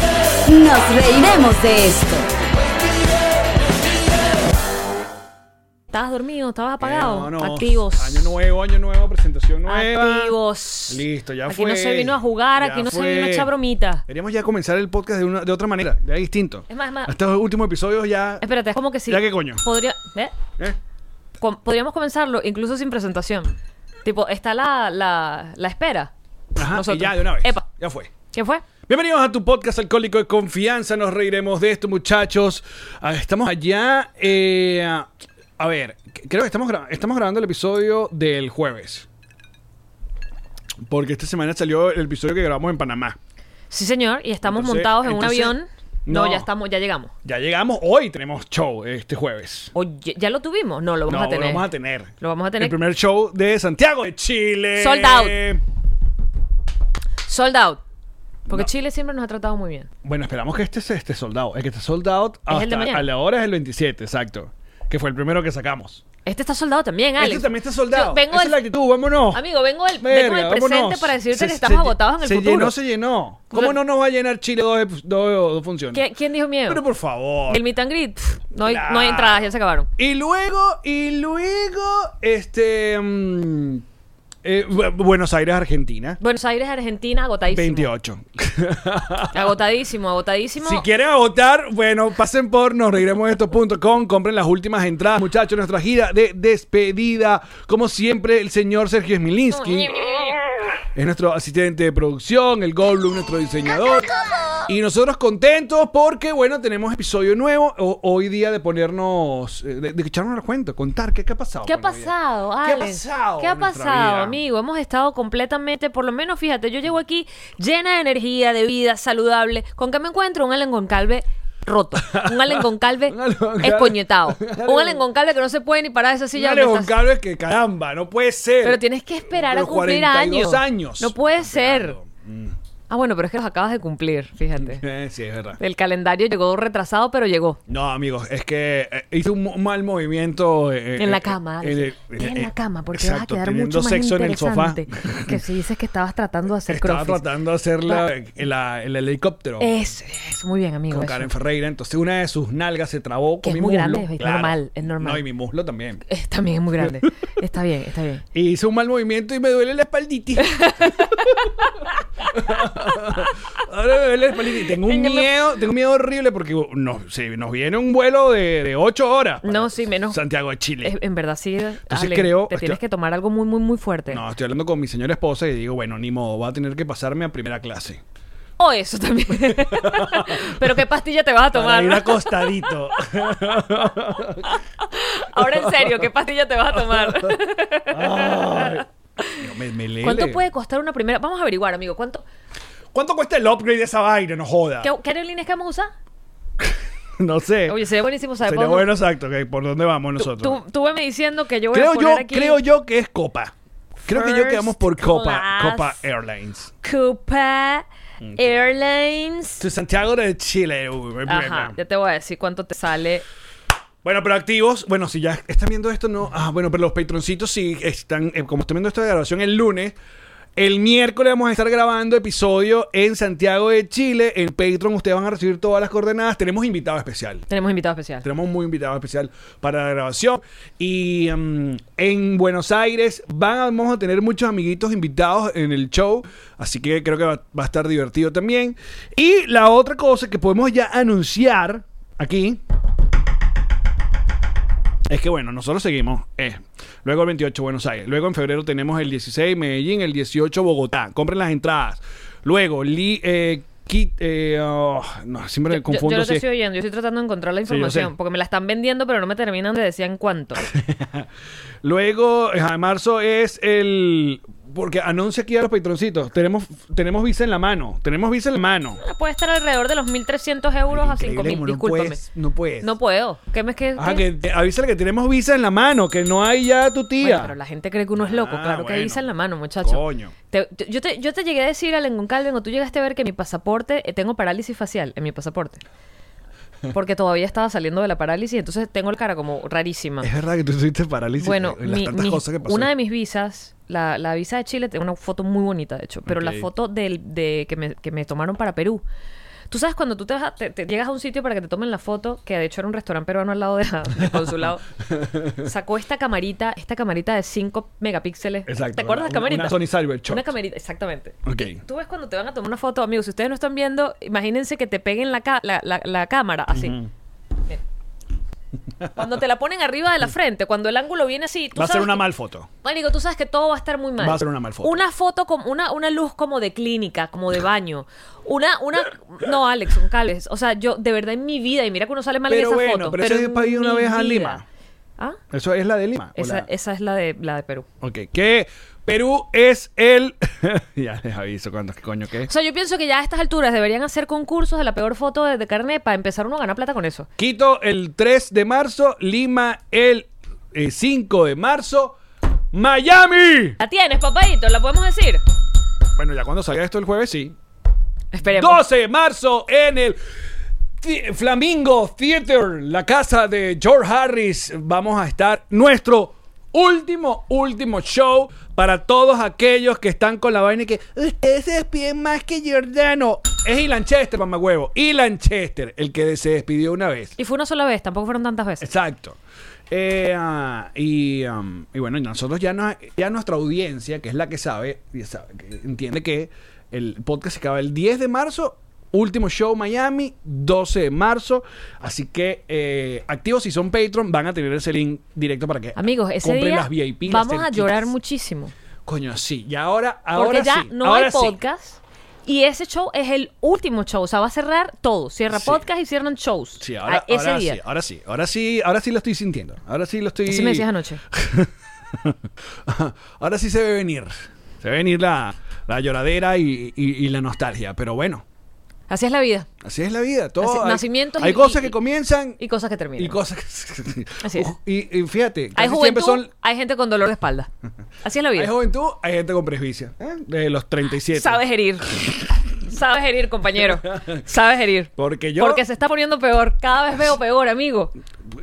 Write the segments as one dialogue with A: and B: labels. A: Nos reiremos de esto.
B: Estabas dormido, estabas apagado.
C: Vámonos.
B: Activos.
C: Eh, Año nuevo, año nuevo, presentación nueva.
B: Activos.
C: Listo, ya
B: Aquí
C: fue.
B: no se vino a jugar,
C: Ya
B: aquí no se
C: fue.
B: vino a echar bromita.
C: Deberíamos ya comenzar el podcast de, una- de otra manera, ya distinto.
B: Es más, es más.
C: Estos últimos episodios ya.
B: Espérate, es como que sí.
C: ¿Ya qué coño?
B: Podría, ¿eh?
C: ¿eh?
B: Com- Podríamos comenzarlo incluso sin presentación. Tipo, está la, la, la espera.
C: Ajá,
B: Nosotros.
C: y ya de una vez.
B: Epa.
C: Ya fue.
B: ¿Qué fue?
C: Bienvenidos a tu podcast alcohólico de confianza. Nos reiremos de esto, muchachos. Ah, Estamos allá. eh, a ver, c- creo que estamos, gra- estamos grabando el episodio del jueves. Porque esta semana salió el episodio que grabamos en Panamá.
B: Sí, señor, y estamos
C: Entonces-
B: montados en
C: entonces-
B: un avión. No,
C: no.
B: ya estamos, ya llegamos.
C: Ya llegamos. Hoy tenemos show este jueves.
B: Oye, ¿ya lo tuvimos? No, lo vamos
C: no,
B: a tener.
C: lo vamos a tener.
B: Lo vamos a tener.
C: El primer show de Santiago de Chile.
B: Sold out. Sold out. Porque
C: No.
B: Chile siempre nos ha tratado muy bien.
C: Bueno, esperamos que este se esté soldado. El que está soldado
B: el de
C: hasta
B: mañana.
C: a la hora es el 27, exacto. Que fue el primero que sacamos.
B: Este está soldado también, Alex.
C: Este también está soldado.
B: Yo vengo
C: Esa
B: del-
C: es la actitud, vámonos.
B: Amigo, vengo del,
C: Verga,
B: vengo del presente
C: vámonos.
B: para decirte
C: Se-
B: que estamos
C: se-
B: agotados en el
C: se
B: futuro.
C: llenó, se llenó. ¿Cómo
B: sea-
C: no nos va a llenar Chile dos, dos, e- dos, funciones?
B: ¿Qui- ¿Quién dijo miedo?
C: Pero por favor.
B: El meet and greet, pff, no, hay,
C: Nah.
B: no hay entradas, ya se acabaron.
C: Y luego, y luego, este... mm, eh, Bu- Buenos Aires, Argentina.
B: Buenos Aires, Argentina, agotadísimo.
C: 28.
B: Agotadísimo, agotadísimo.
C: Si quieren votar, bueno, pasen por nosreiremosdeesto.com, compren las últimas entradas, muchachos, nuestra gira de despedida. Como siempre, el señor Sergio Smilinski es nuestro asistente de producción, el Goldblum, nuestro diseñador. Y nosotros contentos porque, bueno, tenemos episodio nuevo o- hoy día de ponernos, eh, de, de echarnos la cuenta, contar qué, qué ha pasado.
B: ¿Qué ha
C: con la vida.
B: pasado,
C: ¿Qué ha
B: Alex?
C: pasado?
B: ¿Qué ha
C: en nuestra
B: pasado,
C: vida?
B: amigo? Hemos estado completamente, por lo menos, fíjate, yo llego aquí llena de energía, de vida, saludable. ¿Con qué me encuentro? Un Allen Goncalve roto. Un Allen Goncalve
C: Un Allen Goncalve.
B: escoñetado.
C: Un Allen-
B: Un Allen Goncalve que no se puede ni parar de esa silla.
C: Dale,
B: donde
C: Juan
B: está-
C: Carlos, que caramba, no puede ser.
B: Pero tienes que esperar a
C: Pero
B: cumplir
C: 42
B: años.
C: años.
B: No puede ser.
C: Esperando.
B: Ah, bueno, pero es que los acabas de cumplir, fíjate.
C: Eh, sí, es verdad.
B: El calendario llegó retrasado, pero llegó.
C: No, amigos, es que eh, hice un mo- mal movimiento. eh,
B: En la
C: eh,
B: cama.
C: eh,
B: Alex.
C: eh,
B: Ve en
C: eh,
B: la cama porque vas a
C: exacto,
B: quedar
C: teniendo
B: mucho más
C: sexo en el sofá.
B: interesante que si dices que estabas tratando de hacer
C: Estaba
B: crossfit. Ah. Eh,
C: tratando de hacer la- la- el helicóptero
B: Eso, eso, muy bien, amigo.
C: con
B: eso.
C: Karen Ferreira. Entonces una de sus nalgas se trabó
B: pues. Que es
C: con mi
B: muy
C: muslo.
B: grande, es normal, es normal.
C: No, y mi muslo también.
B: Eh, también es muy grande. Está bien, está bien.
C: Y hice un mal movimiento y me duele la espaldita. Ahora me duele la espaldita. Y tengo un
B: Yo me-
C: miedo, tengo un miedo horrible porque nos, se- nos viene un vuelo de, de ocho horas. para
B: No, sí, menos-
C: Santiago de Chile.
B: Es- en verdad, sí. Ale,
C: creo-
B: Te tienes
C: estoy-
B: que tomar algo muy, muy, muy fuerte.
C: No, estoy hablando con mi señora esposa y digo, bueno, ni modo, va a tener que pasarme a primera clase.
B: O eso también. pero qué pastilla te vas a
C: Para
B: tomar.
C: ir
B: no?
C: acostadito.
B: Ahora en serio, ¿qué pastilla te vas a tomar?
C: Ay, no me- me lele.
B: ¿Cuánto puede costar una primera? Vamos a averiguar, amigo. ¿Cuánto?
C: ¿Cuánto cuesta el upgrade de esa vaina? No joda.
B: ¿Qué, qué aerolíneas que vamos a usar?
C: No sé.
B: Oye, sería buenísimo saber
C: Eh, Sería
B: por dónde-
C: bueno, exacto, que por dónde vamos
B: Tú,
C: nosotros.
B: tú, tú veme diciendo que yo voy a
C: creo
B: poner
C: yo,
B: aquí
C: creo yo que es Copa. Creo que yo
B: First
C: quedamos por Copa,
B: class.
C: Copa Airlines.
B: Copa
C: Mm,
B: Airlines.
C: To Santiago de Chile. Uy,
B: Ajá, ya te voy a decir cuánto te sale.
C: Bueno, pero activos, bueno, si ya están viendo esto, no. Ah, bueno, pero los patroncitos sí están, eh, como están viendo esta grabación el lunes, el miércoles vamos a estar grabando episodio en Santiago de Chile. En Patreon ustedes van a recibir todas las coordenadas. Tenemos invitado especial.
B: Tenemos invitado especial.
C: Tenemos un muy invitado especial para la grabación. Y mm, en Buenos Aires vamos a tener muchos amiguitos invitados en el show. Así que creo que va, va a estar divertido también. Y la otra cosa que podemos ya anunciar aquí. Es que bueno, nosotros seguimos. eh, Luego el 28 Buenos Aires. Luego en febrero tenemos el 16 Medellín, el 18 Bogotá. Compren las entradas. Luego, Li, eh, Kit- eh, oh, no, siempre me
B: Yo-
C: confundo.
B: yo, no
C: si
B: te
C: es-
B: estoy oyendo, yo estoy tratando de encontrar la
C: Sí, yo
B: información,
C: sé.
B: porque me la están vendiendo, pero no me terminan de decir en cuánto.
C: Luego, ajá, en marzo es el. Porque anuncia aquí a los patroncitos. Tenemos, tenemos visa en la mano. Tenemos visa en la mano.
B: Ah, Puede estar alrededor de los 1.300 euros a 5.000, discúlpame.
C: No puedes.
B: No puedo. ¿Qué me que,
C: Ajá,
B: qué?
C: que te- avísale que tenemos visa en la mano, que no hay ya tu tía.
B: Bueno, pero la gente cree que uno es loco.
C: Ah,
B: claro que
C: bueno.
B: ahí en la mano, muchacho.
C: Coño.
B: Te- yo- yo, te, yo te llegué a decir, Alan Goncalves, o tú llegaste a ver que mi pasaporte, eh, tengo parálisis facial en mi pasaporte. Porque todavía estaba saliendo de la parálisis, entonces tengo la cara como rarísima.
C: Es verdad que tú estuviste parálisis.
B: Bueno,
C: en las
B: mi-
C: tantas
B: mis-
C: cosas que pasó.
B: una de mis visas, la, la visa de Chile, tengo una foto muy bonita, de hecho, pero
C: Ok.
B: la foto del, de, que, me, que me tomaron para Perú Tú sabes cuando tú te, vas a- te- te llegas a un sitio para que te tomen la foto, que de hecho era un restaurante peruano al lado de la- del consulado, sacó esta camarita, esta camarita de 5 megapíxeles.
C: Exacto,
B: ¿Te acuerdas de la
C: una-
B: camarita?
C: una Sony Cybershot.
B: Una camarita, exactamente.
C: Ok.
B: Tú ves cuando te van a tomar una foto, amigos, si ustedes no están viendo, imagínense que te peguen la, ca- la, la- la cámara así. Mira. Cuando te la ponen arriba de la frente, cuando el ángulo viene así, tú
C: Va a ser
B: sabes
C: una
B: que-
C: mal foto.
B: Marico, tú sabes que todo va a estar muy mal.
C: Va a ser una mal foto.
B: Una foto como una, una luz como de clínica, como de baño. Una, una. No, Alex, con calves. O sea, yo de verdad en mi vida, y mira que uno sale mal en
C: Pero
B: esa
C: bueno,
B: foto.
C: pero ese
B: en
C: para ir una
B: mi
C: vez a
B: vida.
C: Lima.
B: ¿Ah?
C: Eso es la de Lima. o
B: Esa,
C: la-
B: esa es la de la de Perú.
C: Ok, que Perú es el. ya les aviso cuántos coño que
B: O
C: es.
B: sea, yo pienso que ya a estas alturas deberían hacer concursos de la peor foto de, de carnet para empezar uno a ganar plata con eso.
C: Quito el 3 de marzo, Lima el eh, 5 de marzo, Miami.
B: La tienes, papadito, la podemos decir.
C: Bueno, ya cuando salga esto el jueves, sí.
B: Esperemos.
C: 12 de marzo en el Ti- Flamingo Theater, la casa de George Harris. Vamos a estar nuestro último, último show para todos aquellos que están con la vaina y que ustedes se despiden más que Giordano. Es Ilan Chester, mamagüevo. Ilan Chester, el que se despidió una vez.
B: Y fue una sola vez, tampoco fueron tantas veces.
C: Exacto. Eh, ah, y, am, y bueno, y nosotros ya, no, ya nuestra audiencia, que es la que sabe, ya sabe, que entiende que el podcast se acaba el 10 de marzo, último show Miami, 12 de marzo. Así que eh, activos si son Patreon, van a tener ese link directo para que
B: Amigos, ese
C: compren
B: día
C: las VIP, las
B: vamos a
C: cerquitas.
B: llorar muchísimo.
C: Coño, sí. Y ahora, ahora
B: Porque ya
C: sí,
B: no
C: ahora
B: hay
C: sí.
B: podcast. Y ese show es el último show. O sea, va a cerrar todo. Cierra
C: Sí.
B: podcast y cierran shows.
C: Sí, ahora,
B: A- ese
C: ahora
B: día.
C: sí, ahora sí, ahora sí, ahora sí lo estoy sintiendo. Ahora sí lo estoy.
B: Así me decías anoche.
C: Ahora sí se ve venir. Se ve venir la, la lloradera y, y- y la nostalgia. Pero bueno,
B: Así es la vida.
C: así es la vida. Todo
B: Así-
C: hay,
B: nacimientos
C: hay
B: y-
C: cosas
B: y-
C: que comienzan
B: Y cosas que terminan.
C: y cosas que.
B: Así es.
C: Y, y fíjate,
B: hay
C: casi siempre
B: juventud,
C: son.
B: hay gente con dolor de espalda. Así es la
C: Hay
B: vida.
C: juventud, hay gente con presbicia. ¿eh? De los 37.
B: Sabes herir. Sabes herir, compañero. Sabes herir.
C: Porque yo-
B: Porque se está poniendo peor. Cada vez veo peor, amigo.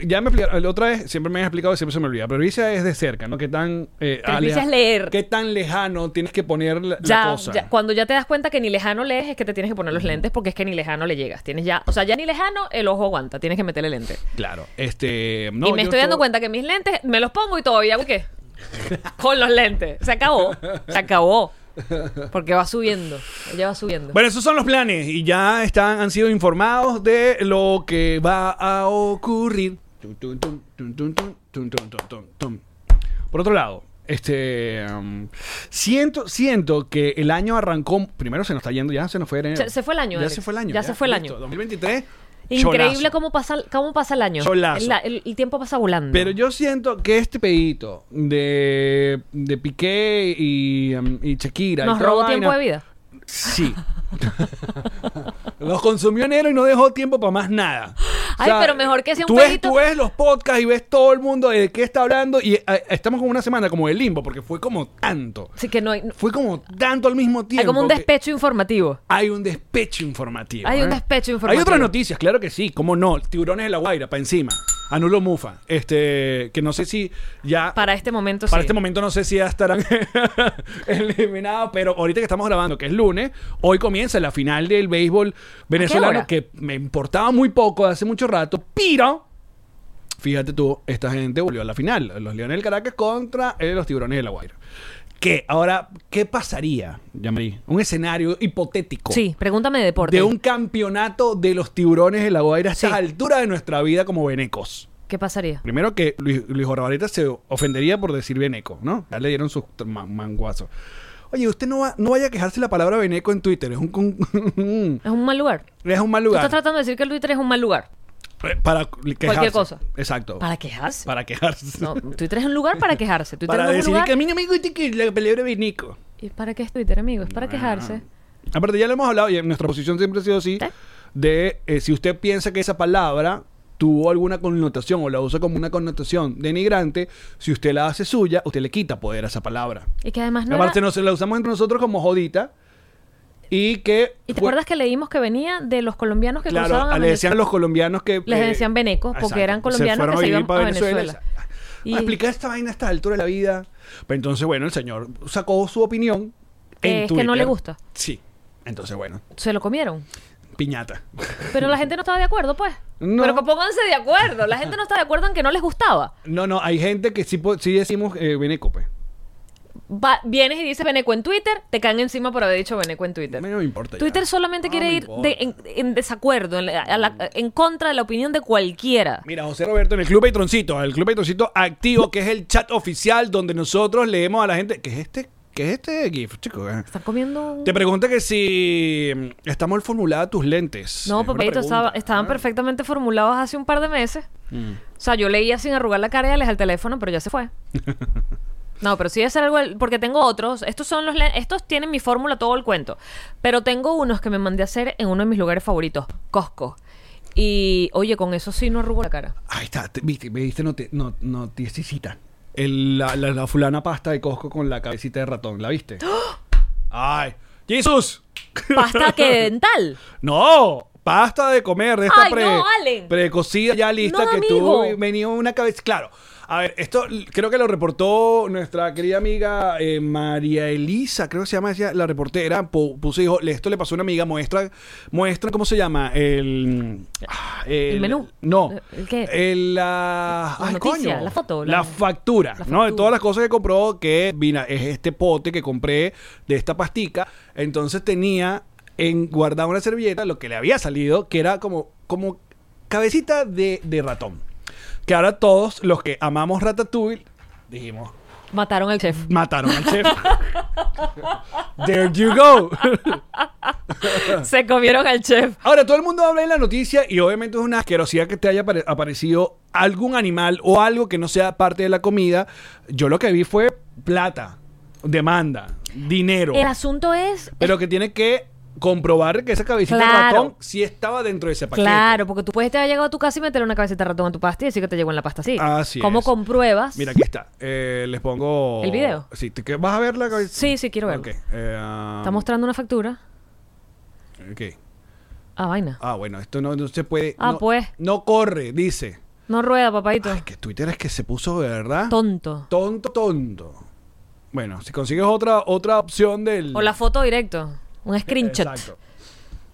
C: Ya me explicaron, la otra vez siempre me han explicado y siempre se me olvida. Presbicia es de cerca, ¿no? ¿Qué tan. eh,
B: Presbicia
C: aleja-
B: es leer.
C: ¿Qué tan lejano tienes que poner la, la
B: Ya,
C: cosa?
B: ya, cuando ya te das cuenta que ni lejano lees, es que te tienes que poner los lentes porque es que ni lejano le llegas. Tienes ya, o sea, ya ni lejano el ojo aguanta, tienes que meterle lente.
C: Claro. Este. No,
B: y me
C: yo
B: estoy dando
C: so-
B: cuenta que mis lentes me los pongo y todavía, hago ¿qué? Con los lentes. Se acabó. Se acabó. Porque va subiendo. Ella va subiendo.
C: Bueno, esos son los planes y ya están, han sido informados de lo que va a ocurrir. Tun, tun, tun, tun, tun, tun, tun, tun, tun, tun, tun. Por otro lado, este um, siento, siento que el año arrancó. Primero se nos está yendo, ya se nos fue enero.
B: Se- se fue el año,
C: Ya
B: Alex.
C: se fue el año.
B: Ya se fue el
C: listo,
B: año.
C: 2023.
B: Increíble
C: cholazo.
B: cómo pasa, cómo pasa el año.
C: Cholazo.
B: La- el, el tiempo pasa volando.
C: Pero yo siento que este pedito de, de Piqué y, um, y Shakira. y
B: Nos
C: toda
B: robó
C: vaina,
B: tiempo de vida.
C: Sí. los consumió enero y no dejó tiempo para más nada.
B: Ay, pero mejor que sea un
C: tú ves,
B: pedito.
C: tú ves los podcasts y ves todo el mundo de qué está hablando y eh, estamos como una semana como de limbo porque fue como tanto.
B: Así que no hay,
C: Fue como tanto al mismo tiempo.
B: hay como un
C: que
B: despecho informativo.
C: Hay un despecho informativo.
B: Hay un
C: ¿eh?
B: despecho informativo.
C: Hay otras noticias, claro que sí, cómo no. Tiburones de la Guaira, para encima. Anulo Mufa. Este, que no sé si ya
B: Para este momento
C: para
B: sí.
C: este momento no sé si ya estarán eliminados, pero ahorita que estamos grabando, que es lunes, hoy comienza la final del béisbol venezolano,
B: hora?
C: que me importaba muy poco hace mucho rato, pero fíjate tú, esta gente volvió a la final, los Leones del Caracas contra eh, los Tiburones de la Guaira. ¿Qué? Ahora, ¿qué pasaría, Yamari? Un escenario hipotético.
B: Sí, pregúntame de deporte.
C: De un campeonato de los tiburones de la Guaira a estas
B: Sí.
C: alturas de nuestra vida como venecos.
B: ¿Qué pasaría?
C: Primero que Luis, Luis Barbarita se ofendería por decir Beneco, ¿no? Ya le dieron sus t- ma- manguazos. Oye, usted no, va- no vaya a quejarse la palabra Beneco en Twitter. Es un, un-
B: Es un mal lugar.
C: es un mal
B: Tú
C: lugar.
B: estás tratando de decir que el Twitter es un mal lugar.
C: Eh, Para quejarse.
B: Cualquier cosa.
C: Exacto.
B: ¿Para quejarse?
C: Oh. Para quejarse.
B: No, Twitter es un lugar para quejarse. Twitter
C: para
B: no es un
C: decir
B: lugar.
C: que a mí no me gusta que la palabra Beneco.
B: ¿Y para qué es Twitter, amigos?
C: Ah.
B: Para quejarse.
C: Aparte, ya lo hemos hablado y nuestra posición siempre ha sido así,
B: ¿Eh?
C: de eh, si usted piensa que esa palabra tuvo alguna connotación o la usa como una connotación denigrante, si usted la hace suya, usted le quita poder a esa palabra.
B: Y que además no. era-
C: Aparte, nos la usamos entre nosotros como jodita y que...
B: ¿Y te
C: fue-
B: acuerdas que leímos que venía de los colombianos que
C: Claro,
B: cruzaban a
C: le
B: Venezuela?
C: decían a los colombinos que... eh,
B: Les decían venecos, porque eran colombianos
C: fueron
B: que se
C: vivir
B: iban
C: para Ah,
B: a Venezuela.
C: Exacto.
B: Y-
C: A explicar esta vaina a esta altura de la vida. Pero entonces, bueno, el señor sacó su opinión
B: Que
C: en
B: es que no
C: Twitter.
B: le gusta.
C: Sí. Entonces, bueno.
B: Se lo comieron.
C: piñata.
B: Pero la gente no estaba de acuerdo, pues.
C: No.
B: Pero que pónganse de acuerdo. La gente no está de acuerdo en que no les gustaba.
C: No, no, hay gente que sí, po- sí decimos eh, Beneco, pues.
B: Va- vienes y dices Beneco en Twitter, te caen encima por haber dicho Beneco en
C: A
B: Twitter.
C: mí no me importa. ya.
B: Twitter solamente
C: No
B: quiere
C: me
B: ir
C: importa. Mm.
B: de- en, en desacuerdo, en, la- a la- en contra de la opinión de cualquiera.
C: Mira, José Roberto, en el Club Patroncito, el Club Patroncito activo, que es el chat oficial donde nosotros leemos a la gente. ¿Qué es este? ¿Qué es este GIF, chico? Eh.
B: Están comiendo un...
C: Te pregunta que si mm, está mal formulada tus lentes.
B: No,
C: Es una
B: papito, estaba-
C: pregunta. Ah.
B: estaban perfectamente formulados hace un par de meses.
C: Mm.
B: O sea, yo leía sin arrugar la cara y les al teléfono, pero ya se fue. No, pero sí debe ser algo, porque tengo otros. Estos son los, len- estos tienen mi fórmula todo el cuento, pero tengo unos que me mandé a hacer en uno de mis lugares favoritos, Costco. Y oye, con eso sí no arrugo la cara.
C: Ahí está, te- viste, me diste noti- no, noticita. El- la, la- la fulana pasta de Costco con la cabecita de ratón, ¿la viste? ¡Ay! ¡Jesús!
B: Pasta que dental.
C: ¡No! Pasta de comer, de esta
B: Ay,
C: pre,
B: no, Allen.
C: precocida ya lista
B: No,
C: que
B: amigo.
C: tú venía una cabeza. Claro. A ver, esto l- creo que lo reportó nuestra querida amiga eh, María Elisa, creo que se llama decía, la reportera, pu- puso y dijo, esto le pasó a una amiga, muestra, muestra, ¿cómo se llama? El, ah,
B: ¿El menú?
C: No.
B: ¿El qué?
C: El, la,
B: La
C: ay,
B: noticia,
C: coño.
B: la foto,
C: La,
B: la-
C: factura,
B: la
C: ¿no? De
B: factura.
C: todas las cosas que compró, que mira, es este pote que compré de esta pastica. Entonces tenía en guardada una servilleta lo que le había salido, que era como, como cabecita de, de ratón. Que ahora todos los que amamos Ratatouille dijimos,
B: Mataron al chef.
C: mataron al chef. There you go.
B: Se comieron al chef.
C: Ahora, todo el mundo habla en la noticia y obviamente es una asquerosidad que te haya apare- aparecido algún animal o algo que no sea parte de la comida. Yo lo que vi fue plata, demanda, dinero.
B: El asunto es
C: Pero que tiene que comprobar que esa cabecita de
B: Claro.
C: ratón sí estaba dentro de ese paquete.
B: Claro, porque tú puedes te haber llegado a tu casa y meter una cabecita de ratón en tu pasta y decir que te llegó en la pasta así.
C: Así
B: ¿Cómo
C: es.
B: compruebas?
C: Mira, aquí está. Eh, les pongo...
B: ¿El video?
C: Sí, ¿te- qué- ¿Vas a ver la cabecita?
B: Sí, sí, quiero verlo.
C: Ok. eh, ah,
B: Está mostrando una factura.
C: ok.
B: Ah, vaina.
C: Ah, bueno, esto no, no se puede...
B: Ah,
C: no-
B: pues.
C: No corre, dice.
B: No rueda, papadito.
C: Ay, que Twitter es que se puso de verdad...
B: Tonto.
C: Tonto, tonto. Bueno, si consigues otra, otra opción del.
B: O la foto directo. Un screenshot.
C: Exacto.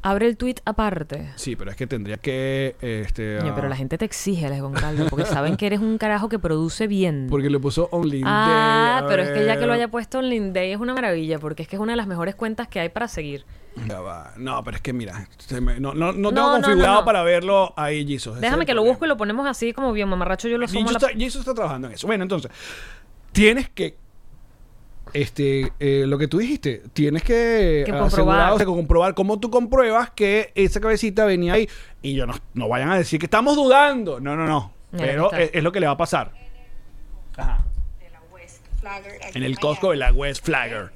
B: Abre el tweet aparte.
C: Sí, pero es que tendría que. Este,
B: Coño, pero
C: ah,
B: la gente te exige, Alex Goncalves, porque saben que eres un carajo que produce bien.
C: Porque le puso Only
B: ah,
C: Day, a
B: pero es que ya que lo
C: ver.
B: haya puesto en Linday es una maravilla, porque es que es una de las mejores cuentas que hay para seguir.
C: Ya va. No, pero es que mira, se me- no, no, no
B: No,
C: tengo
B: no,
C: configurado
B: no, no.
C: para verlo ahí, Jesus.
B: Déjame que lo busco y lo ponemos así como bien mamarracho yo lo
C: Y
B: sumo a
C: Jesus
B: la...
C: está, Jesus está trabajando en eso. Bueno, entonces, tienes que. Este, eh, lo que tú dijiste, tienes que,
B: Que
C: asegurar,
B: comprobar.
C: o sea, comprobar cómo tú compruebas que esa cabecita venía ahí. Y yo no, no vayan a decir que estamos dudando. No, no, no.
B: Mira,
C: Pero
B: aquí
C: es,
B: está.
C: es lo que le va a pasar. Ajá. En el Costco de la West Flagger.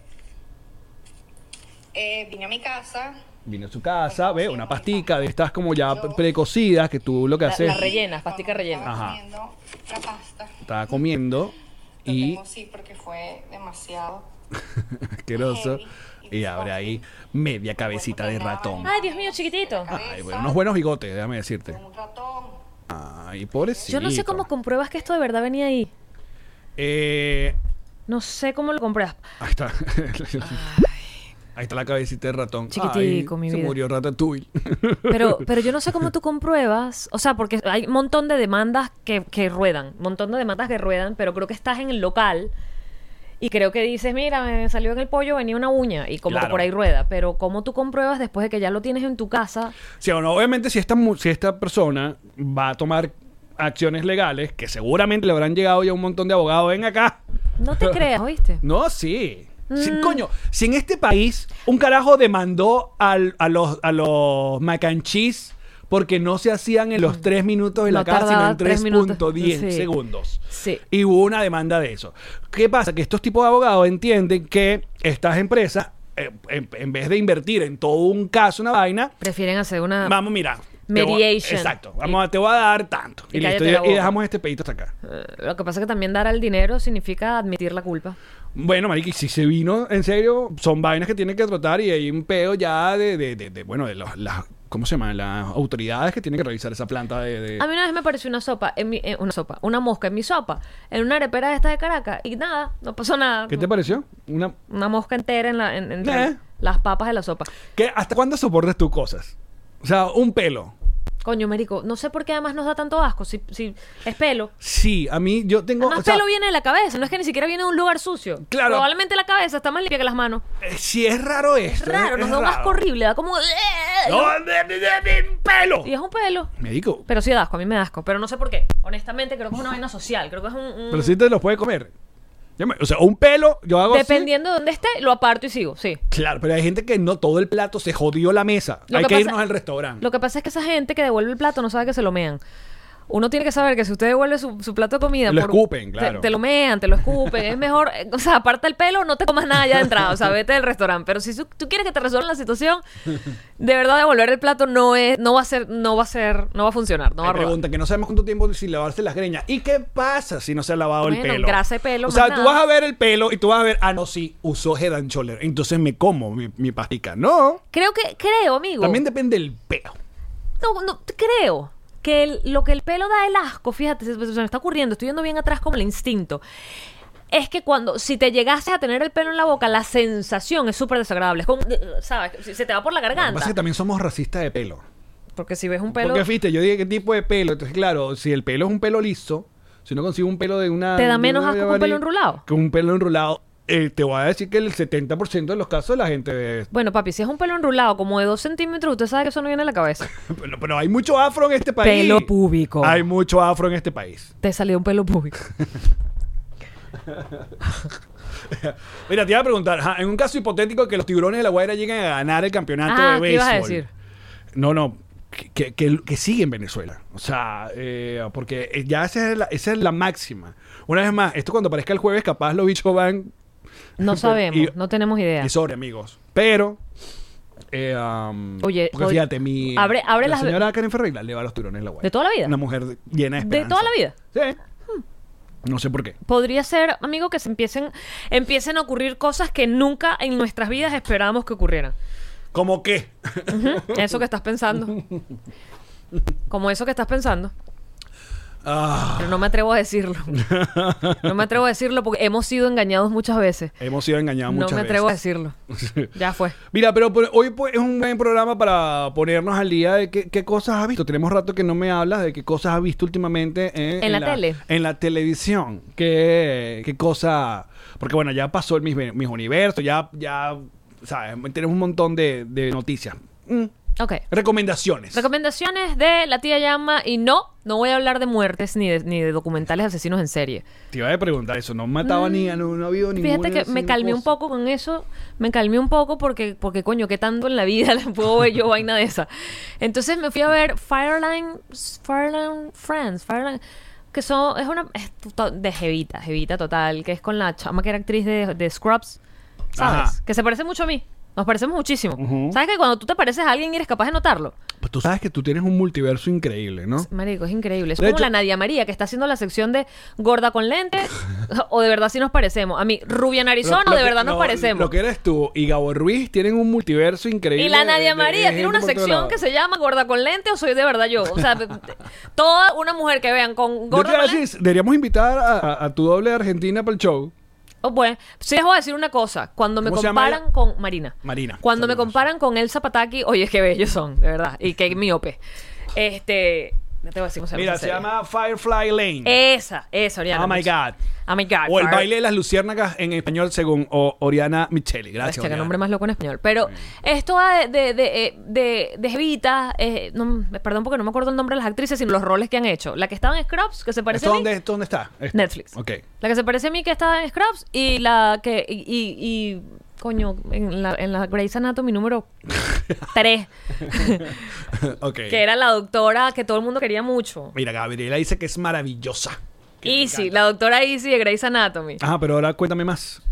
D: Eh, vine a mi casa.
C: Vino a su casa, ve, una pastica de estas como ya pre- precocidas que tú lo que
B: La-
C: haces.
B: la rellenas, pastica rellena.
C: Ajá.
D: Estaba comiendo la pasta.
C: Estaba comiendo
D: Lo
C: y
D: tengo sí porque fue demasiado.
C: asqueroso. Y abre ahí media cabecita de ratón.
B: Ay, Dios mío, chiquitito.
C: Ay, bueno, unos buenos bigotes, déjame decirte.
D: Un ratón.
C: Ay, pobrecito.
B: Yo no sé cómo compruebas que esto de verdad venía ahí.
C: Eh,
B: No sé cómo lo compruebas.
C: ahí está. Ahí está la cabecita de ratón.
B: Chiquitico,
C: Ay,
B: mi
C: se
B: vida.
C: murió Ratatouille.
B: Pero, pero yo no sé cómo tú compruebas. O sea, porque hay un montón de demandas que, que ruedan. Un montón de demandas que ruedan, pero creo que estás en el local y creo que dices, mira, me salió en el pollo, venía una uña y como que
C: Claro.
B: por ahí rueda. Pero ¿cómo tú compruebas después de que ya lo tienes en tu casa?
C: Sí, bueno, obviamente si esta, mu- si esta persona va a tomar acciones legales, que seguramente le habrán llegado ya un montón de abogados, ven acá.
B: No te creas, ¿oíste?
C: No, sí. Sí,
B: Mm.
C: Coño, si en este país un carajo demandó al- a los, a los mac and cheese porque no se hacían en los 3 minutos de la
B: Mm. No
C: casa, sino
B: tardaba
C: en
B: tres minutos.
C: 3.10
B: Sí.
C: segundos.
B: Sí.
C: Y hubo una demanda de eso. ¿Qué pasa? Que estos tipos de abogados entienden que estas empresas, eh, en, en vez de invertir en todo un caso, una vaina,
B: Prefieren hacer una...
C: vamos, mira. te voy-
B: Ah. Mediation.
C: exacto. Vamos, a- te voy a dar tanto.
B: Y
C: Y, listo,
B: cállate la
C: y- y
B: boca.
C: dejamos este pedito hasta acá.
B: Eh, Lo que pasa es que también dar el dinero significa admitir la culpa.
C: Bueno, marica, y si se vino, en serio, son vainas que tienen que tratar y hay un peo ya de, de, de- de, bueno, de los, las, ¿cómo se llama? Las autoridades que tienen que revisar esa planta de... de-
B: A mí una vez me pareció una sopa, en mi- eh, una sopa, una mosca en mi sopa, en una arepera de esta de Caracas, y nada, no pasó nada.
C: ¿Qué te pareció? Una,
B: Una mosca entera en la, en- entre
C: Eh.
B: las papas de la sopa.
C: ¿qué, ¿Hasta cuándo soportas tú cosas? O sea, un pelo.
B: Coño, Mérico, no sé por qué además nos da tanto asco. Si, si es pelo.
C: Sí, a mí yo tengo.
B: Además,
C: o sea,
B: pelo viene de la cabeza, no es que ni siquiera viene de un lugar sucio.
C: Claro.
B: Probablemente la cabeza está más limpia que las manos.
C: eh, Sí, es raro
B: Es
C: esto.
B: raro,
C: es-
B: nos
C: es
B: da un
C: raro.
B: asco horrible, da como.
C: ¡No, de- de- de- de- pelo!
B: Y es un pelo.
C: Me digo,
B: Pero sí da asco, a mí me da asco. Pero no sé por qué. Honestamente, creo que es una vaina social. Creo que es un. un-
C: pero sí te los puede comer. Yo me- O sea, un pelo, yo hago. así.
B: Dependiendo de dónde esté, lo aparto y sigo, sí.
C: Claro, pero hay gente que no todo el plato se jodió la mesa.
B: Lo
C: hay
B: que
C: que,
B: pasa-
C: irnos al restaurante.
B: Lo que pasa es que esa gente que devuelve el plato no sabe que se lo mean. Uno tiene que saber que si usted devuelve su, su plato de comida...
C: Lo escupen,
B: te-
C: claro.
B: Te, lo mean, te lo escupen. es mejor... eh, O sea, aparte el pelo, no te comas nada ya de entrada. O sea, vete del restaurante. Pero si su- tú quieres que te resuelvan la situación, de verdad devolver el plato no es... No va a ser... No va a ser... No va a funcionar. No va
C: Me
B: a rodar.
C: pregunta que no sabemos cuánto tiempo sin lavarse las greñas. ¿Y qué pasa si no se ha lavado el
B: Bueno,
C: pelo?
B: grasa y pelo,
C: O
B: más
C: sea, tú
B: nada.
C: vas a ver el pelo y tú vas a ver, ah, no, sí, usó head and shoulder. Entonces me como mi, mi pastica. No.
B: Creo que... Creo, amigo.
C: También depende del pelo.
B: No, no, t- creo que el- lo que el pelo da el asco, fíjate, se, se me está ocurriendo, estoy yendo bien atrás como el instinto. Es que cuando, si te llegases a tener el pelo en la boca, la sensación es súper desagradable. Es como, ¿sabes? Se- Se te va por la
C: Lo que pasa es que
B: garganta.
C: también somos racistas de pelo.
B: Porque si ves un pelo,
C: Porque fíjate, yo dije qué tipo de pelo. Entonces, claro, si el pelo es un pelo liso, si no consigo un pelo de una.
B: ¿Te da
C: de
B: menos
C: una
B: asco que un pelo
C: varilla-
B: enrulado?
C: Que un pelo enrulado. Eh, te voy a decir que el 70% de los casos la gente.
B: bueno, papi, si es un pelo enrulado como de dos centímetros, usted sabe que eso no viene a la cabeza.
C: Pero, pero hay mucho afro en este país.
B: Pelo púbico.
C: Hay mucho afro en este país.
B: Te salió un pelo púbico.
C: Mira, te iba a preguntar, ajá, en un caso hipotético que los tiburones de la Guaira lleguen a ganar el campeonato
B: Ah,
C: de béisbol.
B: ¿qué ibas a decir?
C: No, no. Que, que- que- que sigue en Venezuela. O sea, eh, porque ya esa es, la, esa es la máxima. Una vez más, esto cuando aparezca el jueves, capaz los bichos van
B: No sabemos,
C: Y-
B: no tenemos idea.
C: y sobre, amigos. Pero. eh, um,
B: Oye,
C: porque
B: oye,
C: fíjate, mi.
B: abre- abre
C: la
B: las-
C: señora Karen Ferreira le va a los tiburones de la Guaira.
B: ¿De toda la vida?
C: Una mujer de- llena de
B: ¿De
C: esperanza.
B: toda la vida? Hmm.
C: Sí. No sé por qué.
B: Podría ser, amigo, que se empiecen, empiecen a ocurrir cosas que nunca en nuestras vidas esperábamos que ocurrieran.
C: ¿Cómo qué?
B: Eso que estás pensando. Como eso que estás pensando.
C: Ah,
B: Pero no me atrevo a decirlo. No me atrevo a decirlo porque hemos sido engañados muchas veces.
C: hemos sido engañados
B: No
C: Ah, muchas
B: me atrevo
C: veces.
B: a decirlo. Ya fue.
C: Mira, pero por- hoy pues, es un buen programa para ponernos al día de qué, qué cosas has visto. Tenemos rato que no me hablas de qué cosas has visto últimamente eh,
B: En la tele.
C: En la televisión. ¿Qué, qué cosa? Porque bueno, ya pasó el mis, mis universos, ya, ya, ¿sabes? Tenemos un montón de, de noticias. Mm,
B: Ok.
C: Recomendaciones.
B: Recomendaciones de la tía llama y no, no voy a hablar de muertes ni de, ni de documentales de asesinos en serie.
C: Te iba a preguntar eso. No mataba ni, no, no ha habido ningún.
B: Mm. Fíjate que me calmé un poco con eso, me calmé un poco porque, porque coño, qué tanto en la vida le puedo ver yo vaina de esa. Entonces me fui a ver Fireline, Fireline Friends, Fireline, que son, es una, es to- de jevita, jevita total, que es con la chama que era actriz de, de Scrubs, ¿sabes?
C: Ajá.
B: Que se parece mucho a mí, nos parecemos muchísimo.
C: Ujú.
B: ¿Sabes que cuando tú te pareces a alguien eres capaz de notarlo?
C: Pues tú sabes que tú tienes un multiverso increíble, ¿no?
B: Marico, es increíble. Es
C: De
B: como
C: hecho-
B: la Nadia María que está haciendo la sección de gorda con lente o de verdad sí nos parecemos. A mí, rubia en Arizona o
C: Lo- lo
B: de
C: que-
B: verdad
C: lo-
B: nos parecemos.
C: Lo que eres tú y Gabo Ruiz tienen un multiverso increíble.
B: Y la Nadia
C: de- de
B: María
C: gente
B: tiene una
C: por todos
B: sección
C: lados.
B: que se llama Gorda con lente o soy de verdad yo. O sea, de- de- toda una mujer que vean con
C: Yo te
B: gorda
C: iba a
B: con lente.
C: decir, deberíamos invitar a, a- a tu doble de Argentina para el show.
B: Oh, bueno, sí les voy a decir una cosa. Cuando me
C: ¿Cómo se llama
B: comparan
C: ella?
B: con Marina.
C: Marina,
B: Cuando me
C: saludos.
B: comparan con Elsa Pataki, oye, qué bellos son, de verdad. Y qué miope. Este. No te voy a decir cómo se llama.
C: Mira,
B: esa
C: se
B: serie.
C: llama Firefly Lane.
B: Eh, Esa, esa, Oriana.
C: oh my
B: mucho.
C: God.
B: Oh my God.
C: O el
B: Fire-
C: baile de las luciérnagas en español según o- Oriana Micheli. Gracias.
B: Hostia, qué
C: Oriana.
B: nombre más loco en español. Pero esto va de, de, de, eh, de- de Jevita, eh, no, perdón porque no me acuerdo el nombre de las actrices, sino los roles que han hecho. La que estaba en Scrubs, que se parece
C: ¿Esto
B: a mí,
C: dónde, esto dónde está? Esto.
B: Netflix.
C: Ok.
B: La que se parece a mí que estaba en Scrubs y la que. Y, y- y, coño, en la, en la Grey's Anatomy número 3,
C: ok.
B: que era la doctora que todo el mundo quería mucho.
C: Mira, Gabriela dice que es maravillosa. Que me
B: Easy,
C: encanta.
B: la doctora Easy de Grey's Anatomy.
C: Ajá, pero ahora cuéntame más.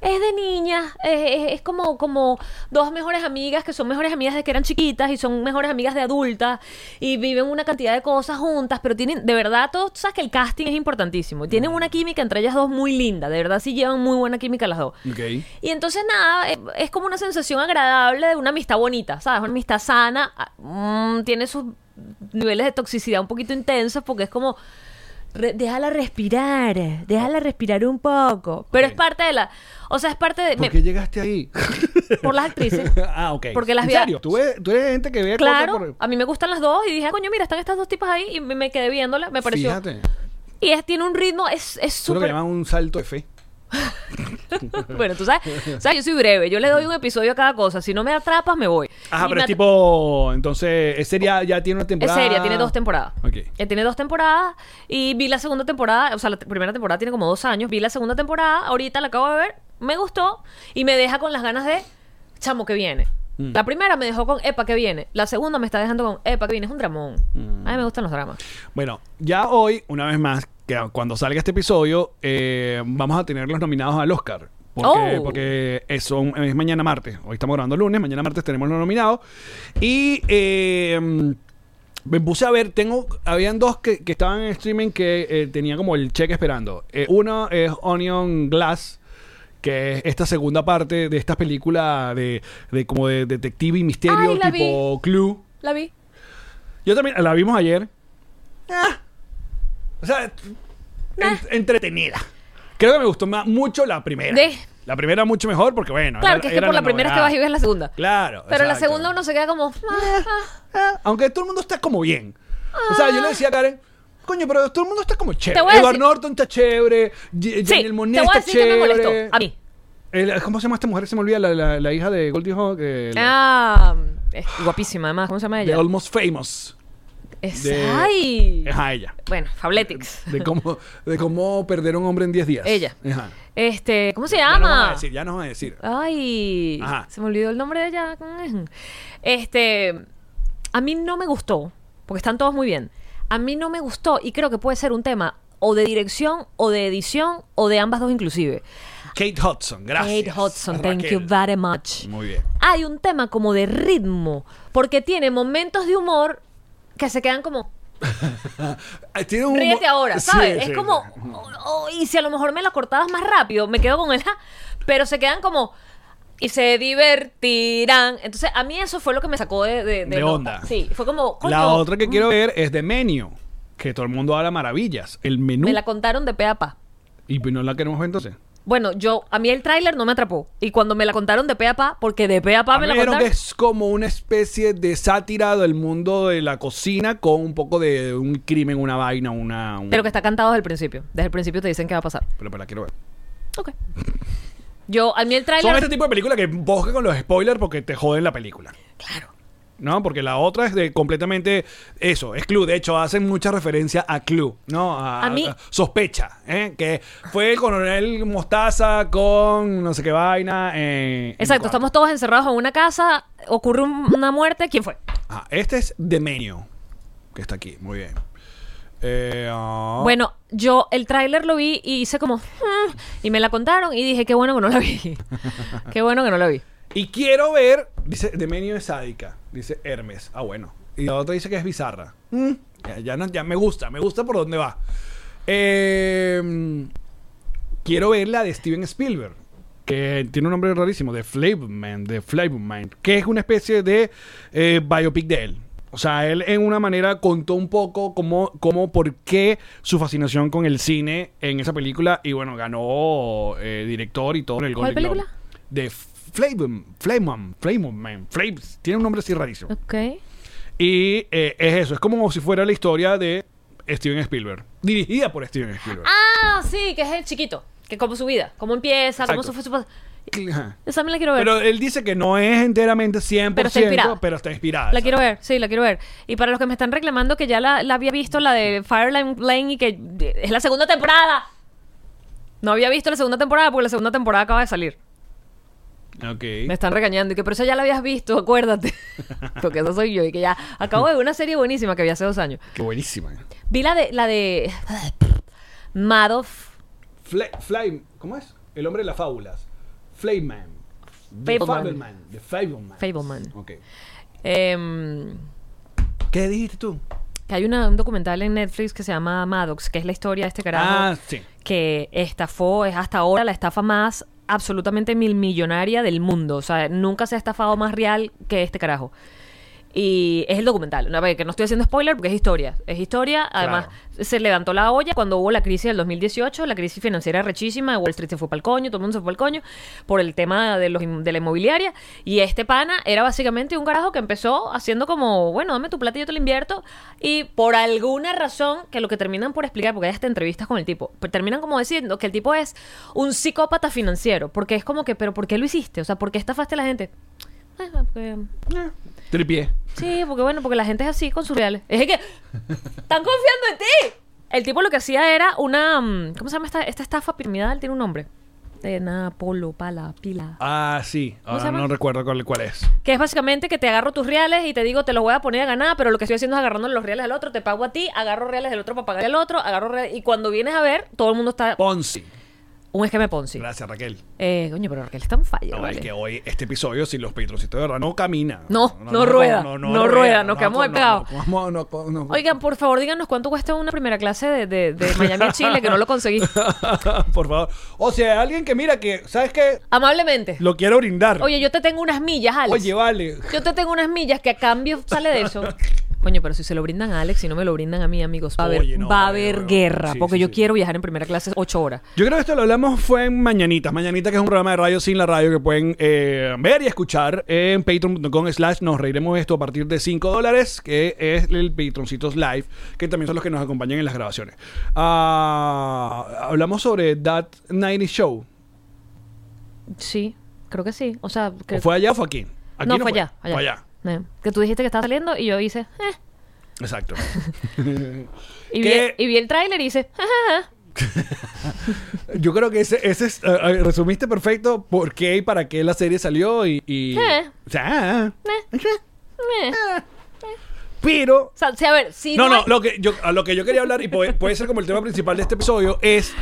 B: Es de niñas, es, es- es como, como dos mejores amigas que son mejores amigas desde que eran chiquitas y son mejores amigas de adultas y viven una cantidad de cosas juntas, pero tienen, de verdad, todos, tú sabes que el casting es importantísimo. Tienen una química entre ellas dos muy linda, de verdad sí llevan muy buena química las dos.
C: Ok.
B: Y entonces nada, eh, es como una sensación agradable de una amistad bonita, ¿sabes? Una amistad sana, ah, mm, tiene sus niveles de toxicidad un poquito intensos porque es como Re- déjala respirar, déjala respirar un poco. Pero es parte de la. O sea, es parte de.
C: ¿Por
B: Eh, me-
C: qué llegaste ahí?
B: por las actrices.
C: ah, ok.
B: Porque las
C: ¿En
B: vi a-
C: serio? ¿Tú eres, tú eres gente que ve
B: Claro,
C: cosas por-
B: a mí me gustan las dos y dije, "Ah, coño, mira, están estas dos tipas ahí y me, me quedé viéndola, me pareció.
C: Fíjate.
B: Y es, tiene un ritmo, es es
C: Tú lo que
B: súper...
C: llaman un salto de fe.
B: bueno, tú sabes, o sea, yo soy breve, yo le doy un episodio a cada cosa, si no me atrapas me voy.
C: Ajá,
B: Y
C: Ah, pero
B: me
C: es
B: atra-
C: tipo. Entonces, es seria, ya tiene una
B: Es
C: temporada.
B: seria, tiene dos temporadas.
C: Ok.
B: Eh, tiene dos temporadas y vi la segunda temporada, o sea, la te- primera temporada tiene como dos años, vi la segunda temporada, ahorita la acabo de ver, me gustó y me deja con las ganas de, chamo, que viene.
C: Mm.
B: La primera me dejó con, epa, que viene. La segunda me está dejando con, epa, que viene. Es un dramón.
C: Mm.
B: A mí me gustan los dramas.
C: Bueno, ya hoy, una vez más, que cuando salga este episodio, eh, vamos a tener los nominados al Oscar. Porque,
B: Oh.
C: porque es, son- es mañana martes. Hoy estamos grabando lunes, mañana martes tenemos los nominados. Y eh, me puse a ver, tengo, habían dos que, que estaban en streaming que eh, tenía como el cheque esperando. Eh, uno es Onion Glass, que es esta segunda parte de esta película de, de como de detective y misterio
B: Ay, la
C: tipo Clue.
B: La vi.
C: Ah, Yo también la vimos ayer.
B: Ah.
C: O sea, en- entretenida. Creo que me gustó ma- mucho la primera.
B: De-
C: La primera mucho mejor porque, bueno.
B: Claro,
C: era-
B: que es que
C: era
B: por la, primera es que
C: novedad.
B: vas y ves la segunda.
C: Claro.
B: Pero la
C: exacto.
B: segunda uno se queda como. "Ah, ah".
C: Ah, Aunque todo el mundo está como bien. O sea, yo le decía a Karen. Coño, pero todo el mundo está como chévere.
B: Te voy a
C: Edward
B: decir-
C: Norton está chévere. Ye-
B: Sí, te
C: Janelle
B: voy
C: Monáe
B: a
C: está
B: decir que me
C: chévere.
B: molestó. A mí.
C: El- ¿Cómo se llama esta mujer? Se me olvida la, la- la hija de Goldie Hawn. eh, la-
B: Ah, es guapísima además. ¿Cómo se llama
C: de
B: ella?
C: Almost Famous.
B: Es,
C: de-
B: ay.
C: Es a ella.
B: Bueno, Fabletics.
C: De cómo, de cómo perder a un hombre en 10 días.
B: Ella.
C: Ajá.
B: Este, ¿cómo se
C: Ya nos van a
B: llama?
C: decir, ya nos van a decir.
B: Ay,
C: Ajá.
B: se me olvidó el nombre de ella. Este, a mí no me gustó, porque están todos muy bien. A mí no me gustó y creo que puede ser un tema o de dirección o de edición o de ambas dos inclusive.
C: Kate Hudson, gracias.
B: Kate Hudson, thank
C: Raquel.
B: you very much.
C: Muy bien.
B: Hay un tema como de ritmo, porque tiene momentos de humor que se quedan como,
C: Ah, Tiene un
B: ríete
C: humo-
B: ahora,
C: Sí,
B: ¿sabes? es
C: sí.
B: como, "Oh, oh", y si a lo mejor me la cortabas más rápido, me quedo con el "ja", pero se quedan como, y se divertirán. Entonces, a mí eso fue lo que me sacó de, de,
C: De
B: nota.
C: onda.
B: Sí, fue como,
C: La
B: "Coño, Mm.
C: otra que quiero ver es de Menu, que todo el mundo habla maravillas. El menú.
B: Me la contaron de pe a pa.
C: Y pues, no la queremos ver entonces.
B: Bueno, yo, a mí el tráiler no me atrapó. Y cuando me la contaron de pe a pa, porque de pe a pa
C: A
B: Ah, me
C: mí
B: la
C: me dijeron
B: contaron.
C: que es como una especie de sátira del mundo de la cocina con un poco de un crimen, una vaina, una. un-
B: Pero que está cantado desde el principio. Desde el principio te dicen qué va a pasar.
C: Pero, pero la quiero ver.
B: Ok. Yo, a mí el
C: Son
B: tráiler...
C: este tipo de películas que buscan con los spoilers porque te joden la película.
B: Claro.
C: ¿no? Porque la otra es de completamente eso, es Clue. De hecho, hacen mucha referencia a Clue, ¿no? A,
B: A mí-
C: a- sospecha, ¿eh? Que fue el coronel Mostaza con no sé qué vaina. eh, en- en
B: Exacto,
C: mi cuarto.
B: estamos todos encerrados en una casa, ocurre un- una muerte, ¿quién fue?
C: Ajá, este es The Menu, que está aquí, muy bien. Eh, ah,
B: Bueno, yo el tráiler lo vi y hice como... "Mm", y me la contaron y dije, qué bueno que no la vi. qué bueno que no la vi.
C: Y quiero ver, dice, The Menu es sádica, dice Hermes. Ah, bueno. Y la otra dice que es bizarra. Mm, ya, ya no- ya me gusta, me gusta por dónde va. Eh, quiero ver la de Steven Spielberg, que tiene un nombre rarísimo, de Flavorman, de Flavorman, que es una especie de eh, biopic de él. O sea, él en una manera contó un poco cómo, cómo, por qué su fascinación con el cine en esa película y bueno, ganó eh, director y todo en el
B: ¿Cuál
C: Golden Globe.
B: película?
C: De Flavorman, Flavorman, Flavorman, Flav- tiene un nombre así rarísimo.
B: Ok.
C: Y eh, es eso, es como si fuera la historia de Steven Spielberg, dirigida por Steven Spielberg.
B: Ah, sí, que es el chiquito. Que como su vida, cómo empieza, cómo
C: Exacto.
B: su fue su... pas-
C: Ajá.
B: Esa me la quiero ver.
C: Pero él dice que no es enteramente 100%,
B: Pero está inspirada.
C: pero está inspirada,
B: La
C: exacto.
B: quiero ver, sí, la quiero ver. Y para los que me están reclamando que ya la, la había visto, la de Firelime Lane, y que de- es la segunda temporada. No había visto la segunda temporada porque la segunda temporada acaba de salir. Me
C: Ok.
B: están regañando y que, pero esa ya la habías visto, acuérdate. porque eso soy yo y que ya acabo de ver una serie buenísima que vi hace dos años.
C: Qué buenísima. eh.
B: Vi la de, la de Madoff
C: Fly, ¿Cómo es? El hombre de las fábulas. Flayman. The
B: Fableman.
C: Fableman. The Fableman.
B: Fableman.
C: Ok.
B: em,
C: ¿Qué dijiste tú?
B: que hay una- un documental en Netflix que se llama Maddox, que es la historia de este carajo.
C: Ah, sí.
B: que estafó, es hasta ahora la estafa más absolutamente milmillonaria del mundo. O sea, nunca se ha estafado más real que este carajo. Y es el documental, una vez que no estoy haciendo spoiler porque es historia, es historia, además se levantó la olla cuando hubo la crisis del 2018, la crisis financiera rechísima, Wall Street se fue para el coño, todo el mundo se fue al coño por el tema de, los, in- de la inmobiliaria y este pana era básicamente un carajo que empezó haciendo como, bueno, dame tu plata y yo te la invierto y por alguna razón que lo que terminan por explicar, porque hay hasta entrevistas con el tipo, pero terminan como diciendo que el tipo es un psicópata financiero, porque es como que, pero ¿por qué lo hiciste? O sea, ¿por qué estafaste a la gente? "Ah, porque-
C: Tripié.
B: Sí, porque bueno, porque la gente es así con sus reales. Es que están confiando en ti. El tipo lo que hacía era una. mm, ¿Cómo se llama esta, esta estafa piramidal? Tiene un nombre. De nada, polo, pala, pila.
C: Ah, sí.
B: ¿Cómo se
C: Ahora no
B: llama?
C: recuerdo cuál, cuál es.
B: Que es básicamente que te agarro tus reales y te digo, te los voy a poner a ganar, pero lo que estoy haciendo es agarrando los reales del otro, te pago a ti, agarro reales del otro para pagar al otro, agarro reales. Y cuando vienes a ver, todo el mundo está.
C: Ponzi.
B: Un esquema de Ponzi.
C: Gracias, Raquel.
B: Eh, coño, pero Raquel está en fallo.
C: No,
B: vale.
C: es que hoy este episodio sin los Patrioncitos de verdad no camina.
B: No, no rueda, no rueda, nos quedamos ahí pegados.
C: no, no, no, no.
B: Oigan, por favor, díganos cuánto cuesta una primera clase de, de- de Miami a Chile, que no lo conseguí.
C: Por favor. O sea, alguien que mira que, ¿sabes qué?
B: Amablemente.
C: Lo quiero brindar.
B: Oye, yo te tengo unas millas, Alex.
C: Oye, vale.
B: Yo te tengo unas millas que a cambio sale de eso. Coño, pero si se lo brindan a Alex y no me lo brindan a mí, amigos, va a haber,
C: Oye, no,
B: va a
C: no,
B: haber
C: no.
B: guerra.
C: Sí,
B: porque
C: sí,
B: yo
C: sí.
B: quiero viajar en primera clase ocho horas.
C: Yo creo que esto lo hablamos fue en Mañanitas. Mañanita que es un programa de radio sin la radio que pueden eh, ver y escuchar en patreon.com slash nos reiremos esto a partir de 5 dólares, que es el Patroncitos Live, que también son los que nos acompañan en las grabaciones. Ah, hablamos sobre That 90 Show.
B: Sí, creo que sí. O sea,
C: ¿O
B: que...
C: ¿Fue allá o fue aquí? Aquí
B: no, fue allá.
C: Fue
B: allá. Eh, Que tú dijiste que estaba saliendo y yo hice... "Eh".
C: Exacto.
B: Y, vi,
C: ¿Qué?
B: y vi el tráiler y hice... "Ja, ja, ja".
C: Yo creo que ese, ese es, ah, ah, resumiste perfecto por qué y para qué la serie salió y... y-
B: Eh.
C: O sea, ah.
B: Eh.
C: pero
B: O sea, sí, a ver, si
C: No, no,
B: hay-
C: lo que yo, a lo que yo quería hablar, y puede, puede ser como el tema principal de este episodio, es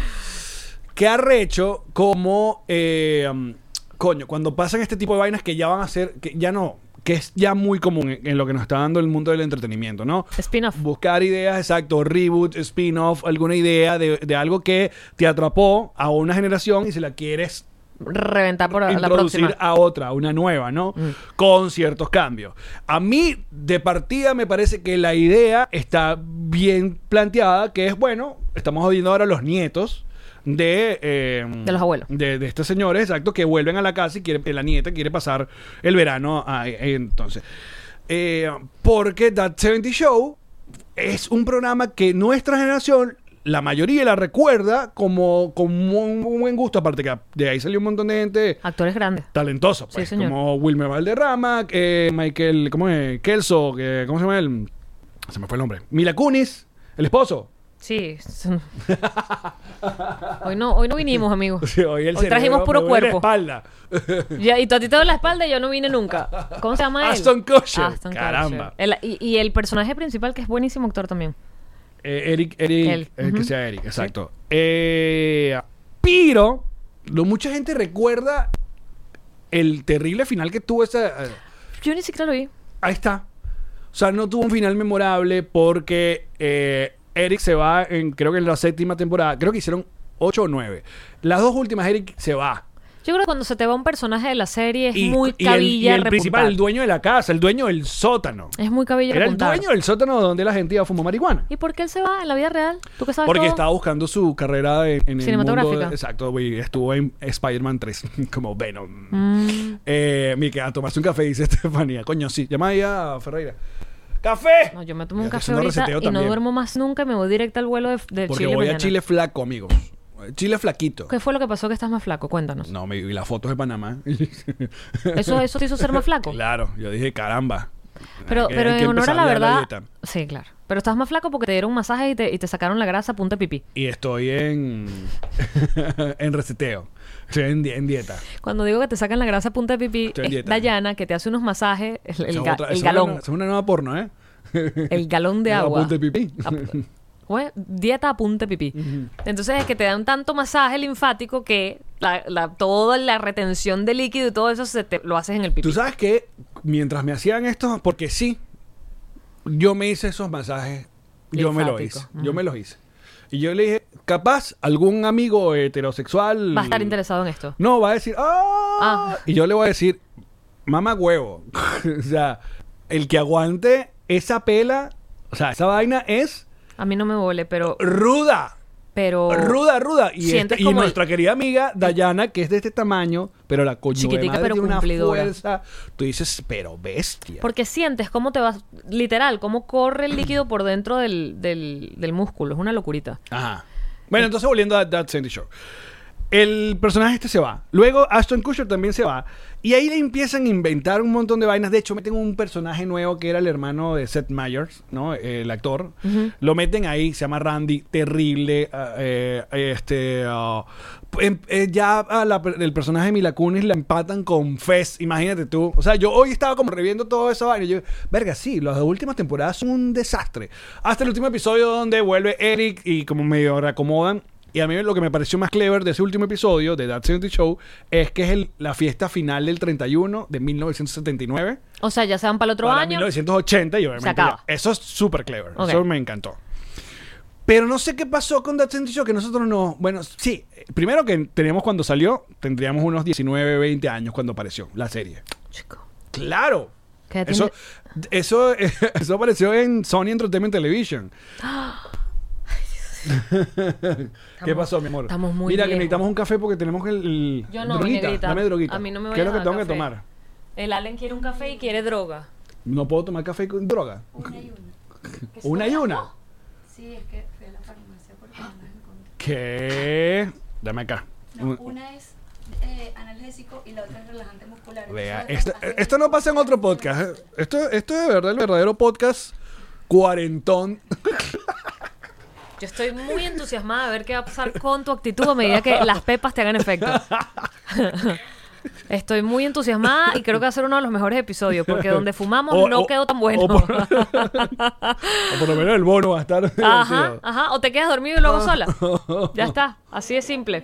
C: que arrecho como, eh, um, coño, cuando pasan este tipo de vainas que ya van a ser, que ya no, que es ya muy común en, en lo que nos está dando el mundo del entretenimiento, ¿no?
B: Spin-off.
C: Buscar ideas, exacto, reboot, spin-off, alguna idea de, de algo que te atrapó a una generación y si la quieres
B: Reventar por a- la
C: introducir
B: próxima. Mm.
C: a otra, a una nueva, ¿no? Con ciertos cambios. A mí, de partida, me parece que la idea está bien planteada, que es, bueno, estamos oyendo ahora a los nietos de... eh,
B: De los abuelos.
C: De, de estos señores, exacto, que vuelven a la casa y quiere, la nieta quiere pasar el verano ahí, entonces. Eh, porque That 70 Show es un programa que nuestra generación, la mayoría la recuerda como con un, un buen gusto, aparte que de ahí salió un montón de gente
B: Actores grandes.
C: talentosa, pues,
B: Sí, señor.
C: como Wilmer Valderrama, eh, Michael, ¿cómo es? Kelso, que- ¿cómo se llama él? Se me fue el nombre. Mila Kunis, el esposo.
B: Sí. hoy, no, hoy no vinimos, amigos.
C: Sí, hoy el
B: Hoy trajimos
C: cerebro
B: puro
C: me duele
B: cuerpo.
C: La espalda.
B: Ya, y tú a ti te doy la espalda y yo no vine nunca. ¿Cómo se llama él?
C: Ashton Kutcher.
B: Ashton
C: Caramba.
B: El- y, y el personaje principal, que es buenísimo actor también.
C: Eh, Eric, Eric,
B: Él.
C: eh, que
B: Ujú.
C: sea Eric, exacto. Eh, pero, lo, mucha gente recuerda el terrible final que tuvo esa... eh,
B: Yo ni siquiera lo vi.
C: Ahí está. O sea, no tuvo un final memorable porque eh, Eric se va, en, creo que en la séptima temporada, creo que hicieron ocho o nueve. Las dos últimas, Eric se va.
B: Yo creo que cuando se te va un personaje de la serie es muy
C: y el, y
B: cabilla
C: el principal, el
B: repuntar.
C: dueño de la casa, el dueño del sótano.
B: Es muy cabilla
C: Era el
B: repuntar.
C: dueño del sótano donde la gente iba a fumar marihuana.
B: ¿Y por qué él se va en la vida real? ¿Tú qué sabes
C: Porque
B: todo?
C: estaba buscando su carrera en, en el mundo.
B: Cinematográfica.
C: Exacto, güey. Estuvo en Spider-Man 3, como Venom.
B: Mm,
C: Eh, Mica, a tomarse un café, dice Estefanía. Coño, sí, llama ahí a Ferreira. ¡Café!
B: no, yo me tomo un
C: Ya
B: café
C: estoy
B: ahorita
C: haciendo
B: y
C: reseteo
B: no
C: también.
B: duermo más nunca. Me voy directa al vuelo de, de
C: Porque
B: Chile
C: voy
B: mañana.
C: a Chile flaco, amigos. Chile flaquito.
B: ¿Qué fue lo que pasó que estás más flaco? Cuéntanos.
C: No, me vi las fotos de Panamá.
B: ¿Eso, ¿Eso te hizo ser más flaco?
C: claro, yo dije, caramba.
B: Pero,
C: Hay que-
B: pero
C: hay que
B: en honor a
C: empezar
B: la
C: ya
B: verdad...
C: dieta.
B: sí, claro. Pero estás más flaco porque te dieron un masaje y te, y te sacaron la grasa a punta de pipí.
C: Y estoy en. en reseteo. Estoy en, di- en dieta.
B: Cuando digo que te sacan la grasa a punta de pipí,
C: Estoy en
B: es
C: dieta.
B: Dayana que te hace unos masajes, el, el
C: Esa es
B: ga-
C: otra-
B: el
C: esa es una
B: galón,
C: nueva- esa Es una nueva porno, ¿eh?
B: el galón de
C: La
B: agua.
C: punta de pipí.
B: A- ¿cómo es? Dieta a punta de pipí. Entonces es que te dan tanto masaje linfático que la, la- toda la retención de líquido y todo eso se te, lo haces en el pipí.
C: Tú sabes que mientras me hacían estos, porque sí, yo me hice esos masajes, yo me los hice,
B: Linfático,
C: yo me los hice. Y yo le dije, capaz algún amigo heterosexual
B: Va a estar interesado en esto.
C: No, va a decir, ¡ah!
B: Ah.
C: Y yo le voy a decir, mamá huevo. o sea, el que aguante esa pela, o sea, esa vaina es
B: A mí no me huele, pero.
C: ruda.
B: pero
C: Ruda, ruda. Y,
B: Oh. Sientes
C: este- y
B: como el-
C: nuestra querida amiga Dayana, que es de este tamaño, pero la coño de
B: Chiquitica,
C: madre
B: pero
C: tiene una
B: cumplidora.
C: fuerza. Tú dices, pero bestia.
B: Porque sientes cómo te vas. Literal, cómo corre el líquido por dentro del, del, del músculo. Es una locurita.
C: Ajá.
B: Eh.
C: Bueno, entonces volviendo a That Sandy Show. El personaje este se va. Luego Ashton Kutcher también se va. Y ahí le empiezan a inventar un montón de vainas. De hecho, meten un personaje nuevo que era el hermano de Seth Meyers, ¿no? El actor. Lo meten ahí, se llama Randy, terrible. ah, eh, este. ah, em- eh, ya a la per- el personaje de Mila Kunis la empatan con Fez, imagínate tú. O sea, yo hoy estaba como reviendo todo esa vaina. y Yo, verga, sí, las dos últimas temporadas son un desastre. Hasta el último episodio donde vuelve Eric y como medio reacomodan. Y a mí lo que me pareció más clever de ese último episodio de That 70 Show es que es el- la fiesta final del 31 de 1979
B: O sea, ya se van para el otro
C: para
B: año.
C: 1980 y obviamente
B: Se acaba.
C: ya. Eso es súper clever.
B: Ok.
C: Eso me encantó. Pero no sé qué pasó con That 70 Show que nosotros no... Bueno, sí. eh, Primero que teníamos cuando salió, tendríamos unos 19, 20 años cuando apareció la serie.
B: Chico.
C: ¡Claro!
B: ¿Qué tiene-
C: Eso, eso, eso apareció en Sony Entertainment Television. ¿Qué pasó, mi amor?
B: estamos muy
C: Mira, que
B: viejos.
C: necesitamos un café porque tenemos el... el-
B: Yo no, mi
C: droguita.
B: negrita.
C: Dame droguita.
B: A mí no me
C: ¿Qué es lo
B: vayas
C: que
B: a
C: tengo que
B: dar café.
C: tomar?
B: El Allen quiere un café y quiere droga.
C: No puedo tomar café con droga. Una y una.
E: Sí, es que fui a la farmacia porque no las encontré.
C: ¿Qué? Dame acá.
E: No,
C: Un-
E: una es eh, analgésico y la otra es relajante muscular.
C: Vea,
E: Entonces,
C: esta-
E: lo que
C: eh,
E: pasa
C: esto
E: es
C: no
E: que-
C: pasa en otro podcast. ¿eh? Esto, esto es de verdad el verdadero podcast cuarentón.
B: Yo estoy muy entusiasmada de ver qué va a pasar con tu actitud a medida que las pepas te hagan efecto. Estoy muy entusiasmada y creo que va a ser uno de los mejores episodios, porque donde fumamos
C: O-
B: no
C: o-
B: quedó tan bueno.
C: o por- O por lo menos el bono va a estar
B: ajá,
C: divertido.
B: ajá. O te quedas dormido y
C: Ah.
B: luego sola. Ya está, así de simple.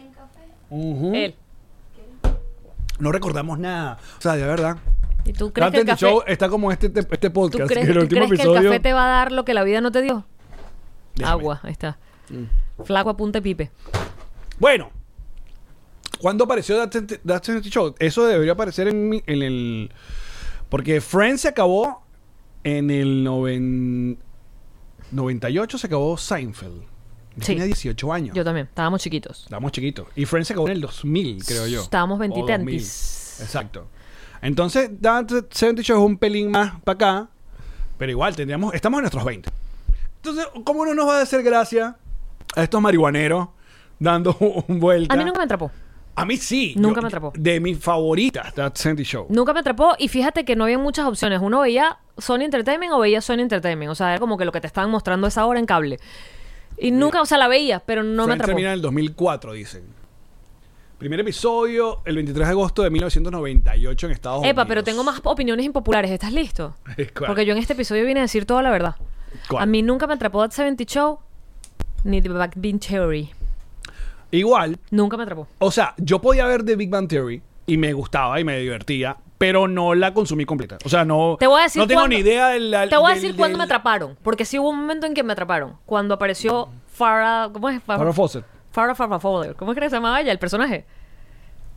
C: Ujú.
B: Él.
C: No recordamos nada. O sea, de verdad.
B: ¿Y tú crees que
C: Dante
B: el
C: the
B: café,
C: Show está como este, te- este
B: ¿tú
C: podcast.
B: crees,
C: que el
B: tú
C: último
B: crees que el
C: episodio.
B: café te va a dar lo que la vida no te dio?
C: Déjame. Mm.
B: Agua, ahí está. Flaco apunte pipe.
C: Bueno. ¿Cuándo apareció That Seventy- That Seventy Show? Eso debería aparecer en, mi- en el... Porque Friends se acabó en el noven- 98, se acabó Seinfeld. Yo
B: Sí.
C: Tenía 18 años.
B: Yo también, estábamos chiquitos.
C: Estábamos chiquitos. Y Friends se acabó en el 2000, creo yo.
B: Estábamos
C: O
B: 20
C: 2000.
B: tantis.
C: Exacto. Entonces, That 70 Show es un pelín más para acá. Pero igual, tendríamos, estamos en nuestros 20. Entonces, ¿cómo no nos va a hacer gracia a estos marihuaneros dando un vuelta?
B: A mí nunca me atrapó.
C: A mí sí.
B: Nunca
C: Yo-
B: me atrapó.
C: De mis favoritas, That 70 Show.
B: Nunca me atrapó y fíjate que no había muchas opciones. Uno veía Sony Entertainment o veía Sony Entertainment. O sea, era como que lo que te estaban mostrando a esa hora en cable. Y nunca, o sea, la veía, pero no
C: Friends
B: me atrapó.
C: termina en el 2004, dicen. Primer episodio, el 23 de agosto de 1998 en Estados Unidos.
B: Epa, pero tengo más opiniones impopulares. ¿Estás listo?
C: ¿Cuál?
B: Porque yo en este episodio vine a decir toda la verdad.
C: ¿Cuál?
B: A mí nunca me atrapó That 70 Show ni The Back Bean Theory.
C: Igual,
B: Nunca me atrapó.
C: O sea, yo podía ver The Big Bang Theory y me gustaba y me divertía, pero no la consumí completa. O sea, no.
B: Te voy a decir
C: No tengo
B: cuándo-
C: ni idea del. del-
B: Te voy a
C: del-
B: decir cuándo me
C: del-
B: atraparon. Porque sí hubo un momento en que me atraparon. Cuando apareció Farah... ¿Cómo es?
C: Farrah Fawcett.
B: Farrah Farrah Fowler. ¿Cómo es que se llamaba ella, el personaje?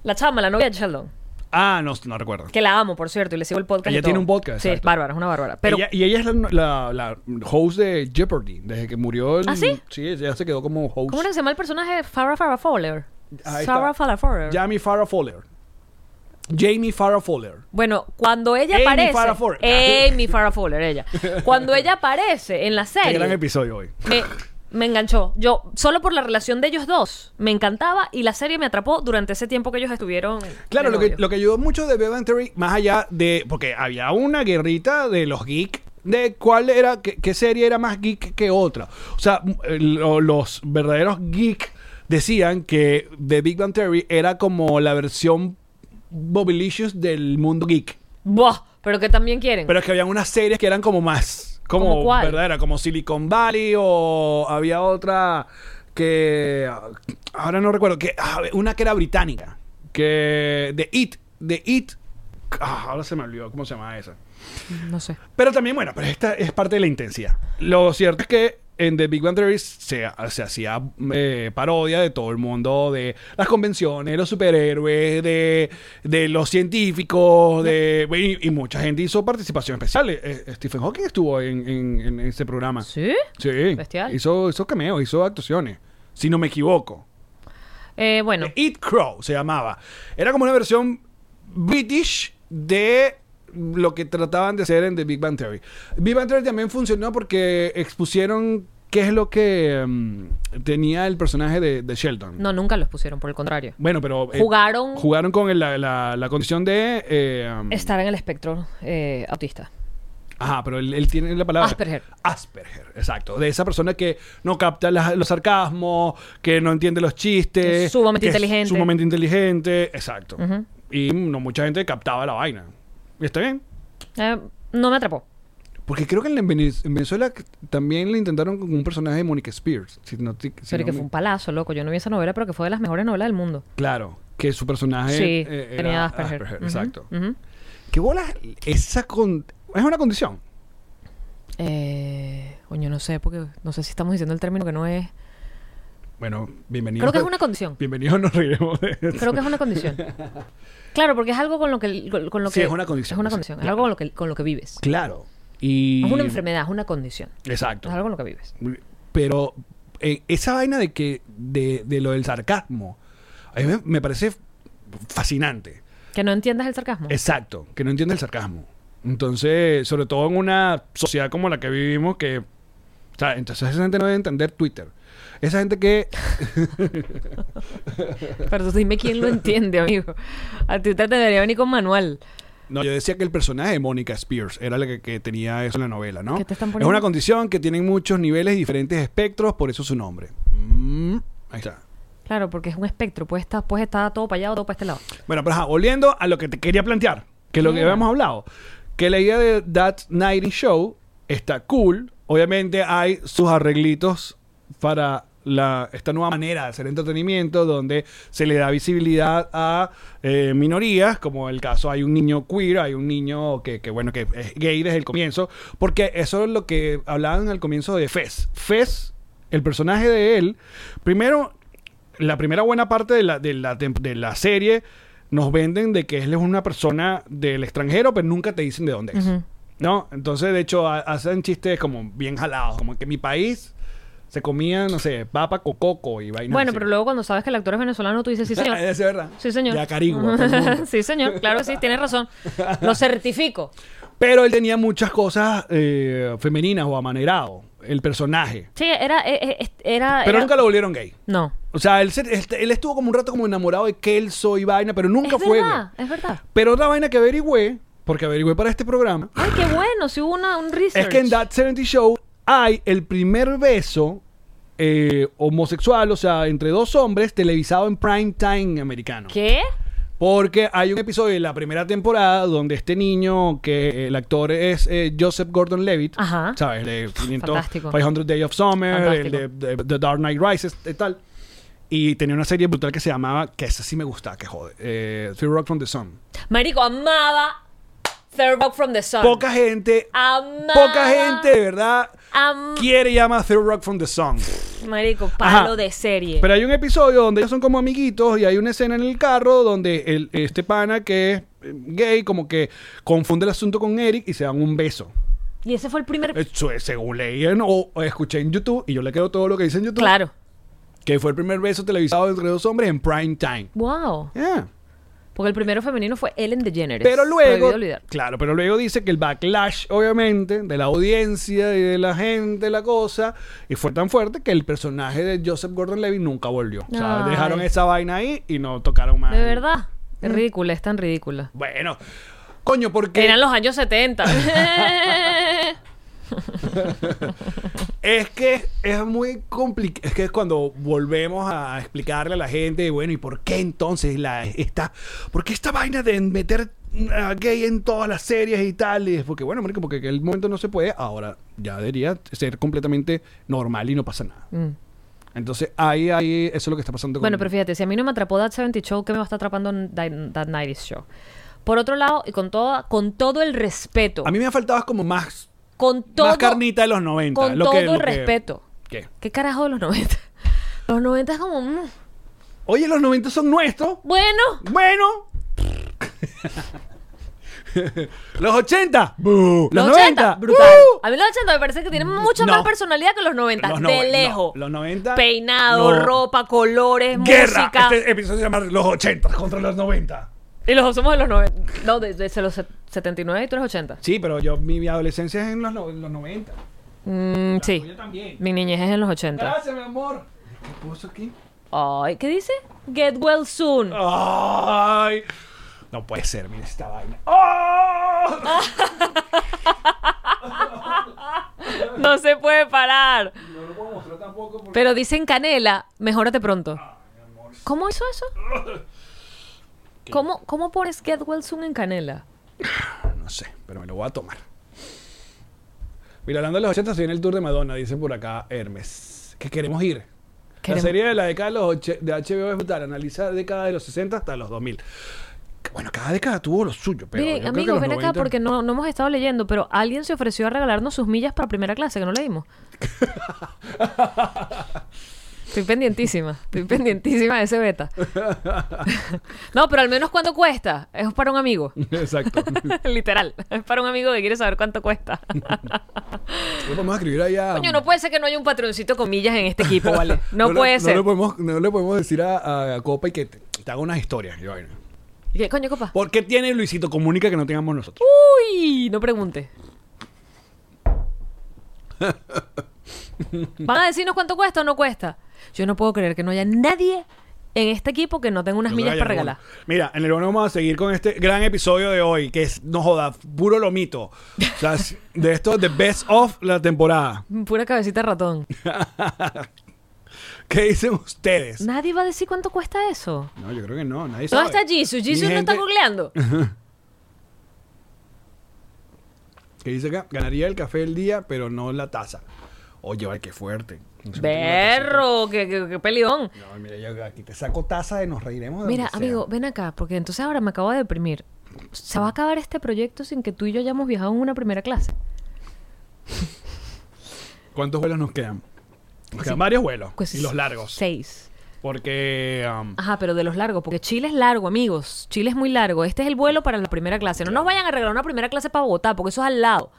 B: La chama, la novia de Sheldon.
C: Ah, no, no recuerdo.
B: Que la amo, por cierto, y le sigo el podcast. y
C: Ella
B: todo.
C: tiene un podcast,
B: Sí,
C: exacto.
B: es bárbara, es una bárbara. Pero
C: Ella- y ella es la, la- la host de Jeopardy, desde que murió el.
B: ¿Ah, sí?
C: ella se quedó como host.
B: ¿cómo era que se llama el personaje de Farrah Farrah Fowler?
C: Ahí está.
B: Farrah Farrah Fowler.
C: Jamie Farrah Fowler. Jamie Farrah Fowler.
B: Bueno, cuando ella
C: Amy
B: aparece.
C: Farrah Fowler.
B: Amy Farrah Fowler, ella. Cuando ella aparece en la
C: Qué gran
B: serie,
C: episodio hoy.
B: me, me enganchó. Yo, solo por la relación de ellos dos, me encantaba y la serie me atrapó durante ese tiempo que ellos estuvieron.
C: Claro,
B: de
C: lo que,
B: novios.
C: lo que ayudó mucho de Big Bang Theory, más allá de. Porque había una guerrita de los geeks. De cuál era, qué, qué serie era más geek que otra. O sea, m- eh, lo- los verdaderos geeks decían que The Big Bang Theory era como la versión Bobilicious del mundo geek.
B: Buah, pero que también quieren.
C: Pero es que había unas series que eran como más. Como
B: ¿Como cuál?
C: verdadera, como Silicon Valley o había otra que. Ahora no recuerdo. que ah, Una que era británica. Que. De It. De It. ah, ahora se me olvidó cómo se llama esa.
B: no sé.
C: Pero también, bueno, pero esta es parte de la intensidad. Lo cierto es que en The Big Bang Theory se, se hacía eh, parodia de todo el mundo, de las convenciones, los superhéroes, de, de los científicos, de, y, y mucha gente hizo participación especial. Eh, eh, Stephen Hawking estuvo en, en, en ese programa.
B: ¿Sí?
C: Sí.
B: Bestial.
C: Hizo, hizo cameos, hizo actuaciones, si no me equivoco.
B: Eh, bueno,
C: The Eat Crow se llamaba. Era como una versión british de lo que trataban de hacer en The Big Bang Theory. Big Bang Theory también funcionó porque expusieron qué es lo que mm, tenía el personaje de, de Sheldon.
B: no, nunca los pusieron, por el contrario.
C: Bueno, pero... eh,
B: Jugaron-
C: Jugaron con el- la, la- la condición de... eh, um,
B: Estar en el espectro eh, autista.
C: Ajá, pero él, él tiene la palabra.
B: Asperger.
C: Asperger, exacto. De esa persona que no capta las- los sarcasmos, que no entiende los chistes.
B: Es sumamente
C: que es
B: inteligente.
C: sumamente inteligente, exacto. Y no mucha gente captaba la vaina. Y está bien.
B: Eh, no me atrapó.
C: Porque creo que en Venez- en Venezuela c- también le intentaron con un personaje de Monique Spears. Si no te- si
B: pero
C: no
B: que
C: me-
B: fue un palazo, loco. Yo no vi esa novela, pero que fue de las mejores novelas del mundo.
C: Claro, que su personaje
B: sí,
C: eh, era
B: tenía Asperger. Ujú,
C: exacto.
B: ujú.
C: ¿Qué bolas? Esa con... es una condición.
B: Eh, coño, no sé, porque no sé si estamos diciendo el término que no es.
C: Bueno, bienvenido.
B: Creo que es una condición.
C: Bienvenidos, nos reiremos de esto.
B: Creo que es una condición. Claro, porque es algo con lo que. Con, con lo
C: Sí,
B: que
C: es una
B: Es
C: condición,
B: una
C: sí,
B: condición. Es
C: claro.
B: algo con lo que, con lo que vives.
C: Claro. Y...
B: No Es una enfermedad, es una condición.
C: Exacto.
B: Es algo con lo que vives.
C: Pero eh, esa vaina de que de, de lo del sarcasmo, a mí me, me parece fascinante.
B: Que no entiendas el sarcasmo.
C: Exacto, que no entiende el sarcasmo. Entonces, sobre todo en una sociedad como la que vivimos, que... O sea, entonces esa gente no debe entender Twitter. Esa gente que...
B: Pero tú dime quién lo entiende, amigo. A ti te debería venir con manual.
C: No, yo decía que el personaje de Mónica Spears era la que, que tenía eso en la novela, ¿no?
B: ¿Qué te están
C: es
B: poniendo?
C: una condición que tiene muchos niveles y diferentes espectros, por eso su nombre. Mm, ahí está.
B: Claro, porque es un espectro. Puedes estar, puedes estar todo para allá o todo para este lado.
C: Bueno, pero ajá, volviendo a lo que te quería plantear, que es lo que habíamos hablado, que la idea de That Night Show está cool. Obviamente hay sus arreglitos para la, esta nueva manera de hacer entretenimiento donde se le da visibilidad a eh, minorías, como el caso hay un niño queer, hay un niño que, que, bueno, que es gay desde el comienzo, porque eso es lo que hablaban al comienzo de Fez. Fez, el personaje de él, primero la primera buena parte de la, de la, tem- de la serie nos venden de que él es una persona del extranjero, pero nunca te dicen de dónde es.
B: Ujú.
C: ¿No? Entonces, de hecho, ha- hacen chistes como bien jalados, como que en mi país se comía, no sé, papa con coco y vainas.
B: bueno,
C: así.
B: pero luego cuando sabes que el actor es venezolano, tú dices, sí, señor.
C: Es verdad.
B: Sí, señor.
C: De Acarigua, todo el mundo.
B: sí, señor. Claro que sí, tienes razón. Lo certifico.
C: Pero él tenía muchas cosas eh, femeninas o amanerado, el personaje.
B: Sí, era... eh, eh, era
C: Pero
B: era-
C: nunca lo volvieron gay.
B: No.
C: O sea, él, se- él- él estuvo como un rato como enamorado de Kelso y vaina, pero nunca
B: es
C: fue gay.
B: verdad, es verdad.
C: Pero otra vaina que averigüé, porque averigüé para este programa,
B: Ay, qué bueno, si hubo una, un research.
C: es que en That 70 Show hay el primer beso eh, homosexual, o sea, entre dos hombres, televisado en prime time americano.
B: ¿Qué?
C: Porque hay un episodio de la primera temporada donde este niño, que el actor es eh, Joseph Gordon Levitt,
B: Ajá.
C: ¿sabes? De 500,
B: Fantástico.
C: 500 Day of Summer, el
B: Fantástico.
C: de, de- The Dark Knight Rises, y tal. Y tenía una serie brutal que se llamaba, que esa sí me gustaba, que jode, eh, Three Rock from the Sun.
B: Marico, amaba Third Rock from the Sun.
C: Poca gente,
B: Amaba.
C: poca gente de verdad
B: Am-
C: quiere y ama Third Rock from the Sun.
B: Marico, palo
C: Ajá.
B: de serie.
C: Pero hay un episodio donde ellos son como amiguitos y hay una escena en el carro donde el, este pana que es eh, gay como que confunde el asunto con Eric y se dan un beso.
B: y ese fue el primer...
C: Eso es, según leí en- o, o escuché en YouTube y yo le creo todo lo que dice en YouTube.
B: Claro.
C: Que fue el primer beso televisado entre dos hombres en prime time.
B: Wow.
C: Yeah.
B: Porque el primero femenino fue Ellen DeGeneres.
C: Pero luego,
B: Prohibido olvidar.
C: claro, pero luego dice que el backlash, obviamente, de la audiencia y de la gente, la cosa, y fue tan fuerte que el personaje de Joseph Gordon-Levitt nunca volvió. O sea,
B: Ay.
C: dejaron esa vaina ahí y no tocaron más.
B: De verdad.
C: Mm.
B: Es ridícula, es tan ridícula.
C: Bueno, coño, porque
B: Eran los años 70.
C: es que es muy complicado. Es que es cuando volvemos a explicarle a la gente, bueno, ¿y por qué entonces la esta, por qué esta vaina de meter a gay en todas las series y tal? Y es porque, bueno, marico, porque en el momento no se puede, ahora ya debería ser completamente normal y no pasa nada.
B: Mm.
C: Entonces, ahí, ahí, eso es lo que está pasando con
B: Bueno, pero fíjate, si a mí no me atrapó That 70 Show, ¿qué me va a estar atrapando en That That 90 Show? Por otro lado, y con, toda, con todo el respeto,
C: A mí me ha faltado como más,
B: con todo,
C: más carnita de los 90.
B: con
C: lo
B: todo
C: que, lo
B: el
C: que-
B: respeto,
C: ¿Qué?
B: ¿Qué carajo de los 90? Los 90 es como... mm,
C: Oye, los 90 son nuestros.
B: bueno,
C: Bueno. los 80. Buh. Los, 90.
B: brutal.
C: buh.
B: A mí los 80 me parece que tienen mucha
C: No.
B: más personalidad que los 90,
C: Los
B: de
C: noven-
B: lejos.
C: no, los 90,
B: Peinado,
C: no.
B: ropa, colores,
C: Guerra.
B: música.
C: Este episodio se llama Los 80 contra los 90.
B: Y los dos somos de los 90. No, desde de, de los set- 79 y tú eres 80.
C: Sí, pero yo mi, mi adolescencia es en los, no- en los 90.
B: Mm, sí.
C: Yo también.
B: Mi niñez es en los 80.
C: Gracias, mi amor. ¿Qué puso aquí?
B: Ay, ¿qué dice? Get well soon.
C: Ay. No puede ser, mira esta vaina. ¡Ah!
B: No se puede parar.
C: No lo puedo mostrar tampoco porque.
B: Pero dicen Canela, mejórate pronto.
C: Ah,
B: ¿Cómo hizo eso? ¿Cómo, ¿Cómo pones Get Well Soon en Canela?
C: No sé, pero me lo voy a tomar. Mira, hablando de los 80, se viene el tour de Madonna, dice por acá Hermes. Que queremos ir.
B: Queremos-
C: La serie de la década de, los och- de HBO es brutal. Analiza década de los 60 hasta los 2000. Bueno, cada década tuvo lo suyo, pero. yo
B: Miren,
C: creo que
B: amigos,
C: los
B: ven acá
C: 90
B: porque no, no hemos estado leyendo, pero alguien se ofreció a regalarnos sus millas para primera clase, que no leímos. Estoy pendientísima, estoy pendientísima de ese beta. No, pero al menos cuánto cuesta. Es para un amigo.
C: Exacto.
B: Literal. Es para un amigo que quiere saber cuánto cuesta.
C: Lo podemos escribir allá.
B: Coño, no puede ser que no haya un patroncito con millas en este equipo, ¿vale? No,
C: le-
B: puede
C: No
B: ser.
C: le podemos, no le podemos decir a, a Copa y que te, te haga unas historias. y vaina.
B: ¿Y qué coño, copa?
C: ¿Por qué tiene Luisito Comunica que no tengamos nosotros?
B: Uy, no pregunte. ¿Van a decirnos cuánto cuesta o no cuesta? Yo no puedo creer que no haya nadie en este equipo que no tenga unas
C: Yo creo
B: millas
C: que
B: para
C: hay
B: regalar.
C: alguno. Mira, en el bono vamos a seguir con este gran episodio de hoy, que es, no joda, puro lomito. O sea, es- de esto, the best of la temporada.
B: Pura cabecita de ratón.
C: ¿Qué dicen ustedes?
B: Nadie va a decir cuánto cuesta eso.
C: No, yo creo que no, nadie sabe.
B: ¿Dónde está Jesus?
C: Ni
B: Jesus no
C: gente-
B: está googleando.
C: ¿Qué dice acá? Ganaría el café del día, pero no la taza. Oye, vale, qué fuerte. Nosotros tenemos
B: Berro, qué, qué- qué pelión.
C: la taza. No, mira, yo aquí te saco taza de nos reiremos de
B: Mira,
C: donde sea.
B: amigo, ven acá, porque entonces ahora me acabo de deprimir. Se va a acabar este proyecto sin que tú y yo hayamos viajado en una primera clase.
C: ¿Cuántos vuelos nos quedan? Nos quedan varios vuelos
B: Pues,
C: y los largos.
B: Seis.
C: Porque um,
B: Ajá, pero de los largos, porque Chile es largo, amigos. Chile es muy largo. Este es el vuelo para la primera clase. No nos vayan a regalar una primera clase para Bogotá, porque eso es al lado.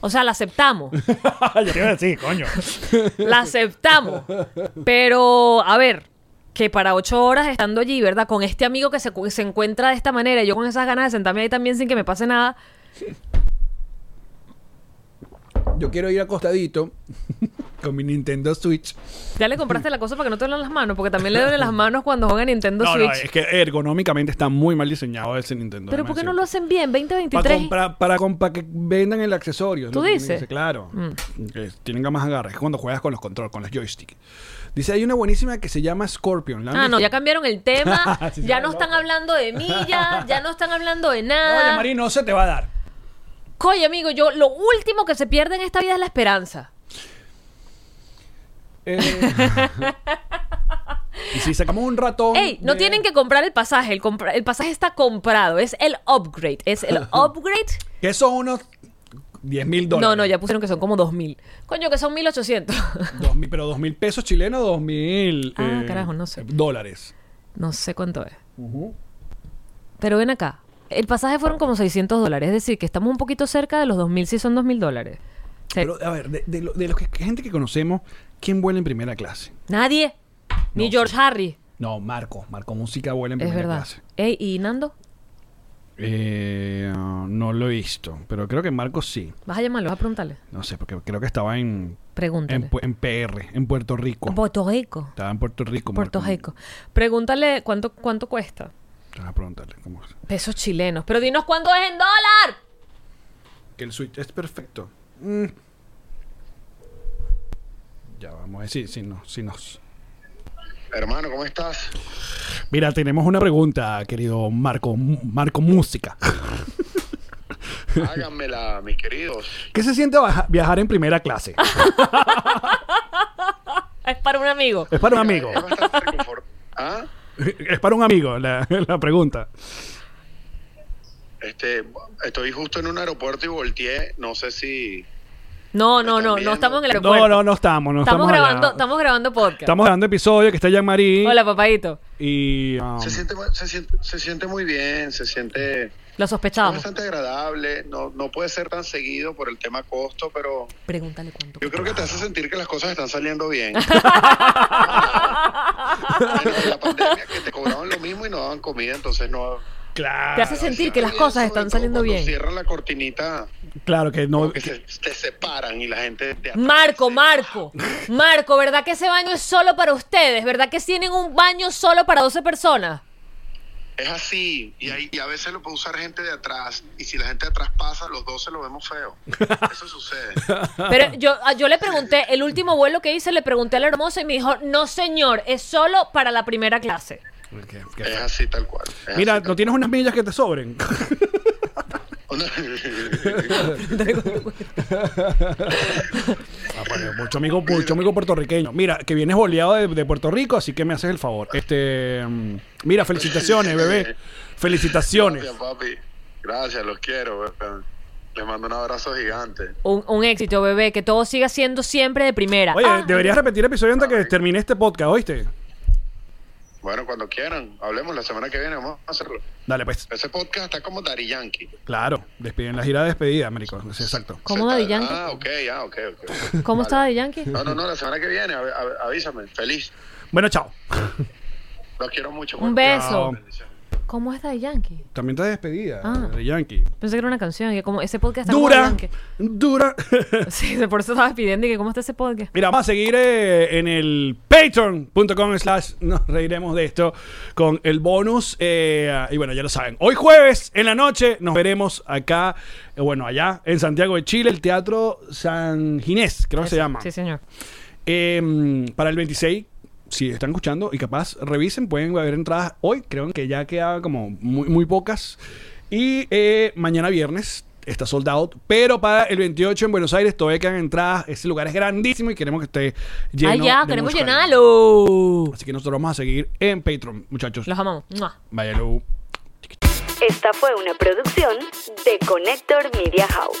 B: O sea, la aceptamos.
C: yo te iba a decir, coño.
B: la aceptamos. Pero, a ver, que para ocho horas estando allí, ¿verdad? Con este amigo que se, cu- se encuentra de esta manera, yo con esas ganas de sentarme ahí también sin que me pase nada.
C: Yo quiero ir acostadito con mi Nintendo Switch.
B: Ya le compraste la cosa para que no te duelen las manos, porque también le duelen las manos cuando juega Nintendo
C: No,
B: Switch.
C: no, es que ergonómicamente está muy mal diseñado ese Nintendo.
B: pero
C: déjame
B: ¿por qué no
C: decirte.
B: lo hacen bien?
C: Para
B: 2023.
C: comprar, para, com- para que vendan el accesorio. es
B: ¿Tú
C: lo que tienen que
B: dices? Mm.
C: hacer, Claro. Que tengan más agarres. Es cuando juegas con los control, con los joysticks. Dice, hay una buenísima que se llama Scorpion. ¿la han
B: Ah, no, ya
C: visto?
B: cambiaron el tema.
C: Sí,
B: ya
C: sí,
B: no
C: loco.
B: están hablando de millas, ya no están hablando de
C: Oye,
B: nada.
C: Mari, no se te va a dar.
B: Coño, amigo, yo lo último que se pierde en esta vida es la esperanza.
C: Eh, y si sacamos un ratón.
B: Ey, no
C: de-
B: tienen que comprar el pasaje. El, compra- el pasaje está comprado. Es el upgrade. Es el upgrade.
C: Que son unos 10 mil dólares.
B: No, no, ya pusieron que son como 2.000. Coño, que son 1.800.
C: Dos mil- pero dos mil pesos chilenos, dos mil. eh,
B: Ah, carajo, no sé.
C: Dólares.
B: No sé cuánto es. Pero ven acá. El pasaje fueron como 600 dólares. Es decir, que estamos un poquito cerca de los 2.000 si son 2.000 dólares. O sea,
C: Pero, a ver, de, de lo- de los que, gente que conocemos, ¿quién vuela en primera clase?
B: nadie. Ni
C: No,
B: George Harry.
C: No, Marco. Marco Música vuela en
B: Es
C: primera
B: verdad.
C: clase.
B: Ey, ¿y Nando?
C: Eh, no lo he visto, pero creo que Marco sí.
B: Vas a llamarlo, vas a preguntarle.
C: No sé, porque creo que estaba en,
B: Pregúntale.
C: en, Pu- en PR, en Puerto Rico.
B: En Puerto Rico.
C: estaba en Puerto Rico.
B: Puerto
C: Marco.
B: Rico. Pregúntale cuánto, cuánto cuesta.
C: Te vas a preguntarle cómo es.
B: Pesos chilenos. Pero dinos cuánto es en dólar.
C: Que el switch es perfecto. Mm. Ya vamos a decir, si no, si nos.
F: Hermano, ¿cómo estás?
C: Mira, tenemos una pregunta, querido Marco, Mu- Marco Música.
F: Háganmela, mis queridos.
C: ¿Qué se siente baja- viajar en primera clase?
B: Es para un amigo.
C: Es para un amigo.
F: Es bastante reconfort- ¿Ah?
C: Es para un amigo la, la pregunta.
F: Este, estoy justo en un aeropuerto y volteé. No sé si
B: No, no, no, no
F: También.
B: estamos en el aeropuerto.
C: No, no, no estamos, no
B: estamos,
C: estamos. allá.
B: grabando, estamos grabando podcast.
C: Estamos grabando episodio que está Jean-Marie.
B: Hola, papadito.
C: Y. um,
F: Se siente, mu- se, siente, se siente muy bien, se siente es
B: Lo sospechábamos.
F: bastante agradable. No, no puede ser tan seguido por el tema costo, pero
B: Pregúntale cuánto.
F: yo creo que te hace sentir que las cosas están saliendo bien. En la pandemia que te cobraban lo mismo y no daban comida, entonces no.
B: Te
C: claro,
B: hace sentir que las cosas están saliendo
F: Cuando
B: bien.
F: Cierran la cortinita,
C: claro que no.
F: como que se, te separan y la gente te ataca.
B: Marco, Marco, Marco, ¿verdad que ese baño es solo para ustedes? ¿Verdad que tienen un baño solo para 12 personas?
F: Es así, y, hay- y a veces lo puede usar gente de atrás, y si la gente de atrás pasa, los dos se lo vemos feo. Eso sucede.
B: Pero yo, ah, yo le pregunté, el último vuelo que hice, le pregunté al hermoso y me dijo, no señor, es solo para la primera clase.
C: que- que-
F: Es así tal cual. es
C: Mira,
F: así,
C: ¿no tienes unas millas que te sobren?
F: tal-
C: Ah, bueno, mucho amigo, mucho amigo puertorriqueño. Mira, que vienes boleado de, de Puerto Rico, así que me haces el favor. Este, mm, mira, felicitaciones, bebé. Felicitaciones.
F: Gracias, papi. Gracias, los quiero. weón. Les mando un abrazo gigante.
B: Un, un éxito, bebé, que todo siga siendo siempre de primera.
C: Oye,
B: Ah,
C: deberías repetir el episodio antes que termine este podcast, ¿oíste?
F: Bueno, cuando quieran, hablemos la semana que viene, vamos a hacerlo.
C: Dale, pues.
F: Ese podcast está como Dari Yankee.
C: Claro, despiden la gira de despedida, Américo. Sí, exacto.
B: ¿Cómo
F: Se-
B: Daddy
F: ah,
B: Yankee?
F: Ah, ok, ah, ok, ok.
B: ¿Cómo
F: Vale.
B: está de Yankee?
F: No, no, no, la semana que viene, a- a- avísame. Feliz.
C: Bueno, chao.
F: Los quiero mucho.
B: Un
F: weón.
B: beso.
C: Chao.
B: ¿Cómo está de Yankee?
C: También está de despedida,
B: Ah.
C: de Yankee.
B: Pensé que era una canción, que como ese podcast está como de
C: Dura,
B: Yankee.
C: dura.
B: Sí, de por eso estaba pidiendo y que cómo está ese podcast.
C: Mira, vamos a seguir eh, en el patreon.com slash nos reiremos de esto con el bonus. eh, y bueno, ya lo saben. Hoy jueves en la noche nos veremos acá, eh, bueno, allá en Santiago de Chile, el Teatro San Ginés, creo que se
B: Eso.
C: llama.
B: Sí, señor.
C: Eh, para el 26, si están escuchando y capaz revisen, pueden haber entradas hoy. Creo que ya quedan como muy, muy pocas. Y eh, mañana viernes está sold out. Pero para el 28 en Buenos Aires todavía quedan entradas. Ese lugar es grandísimo y queremos que esté lleno.
B: Ay, ya,
C: de
B: queremos
C: música.
B: llenarlo.
C: Así que nosotros vamos a seguir en Patreon, muchachos.
B: Los amamos. ¡Mua!
C: Váyalo.
G: Esta fue una producción de Connector Media House.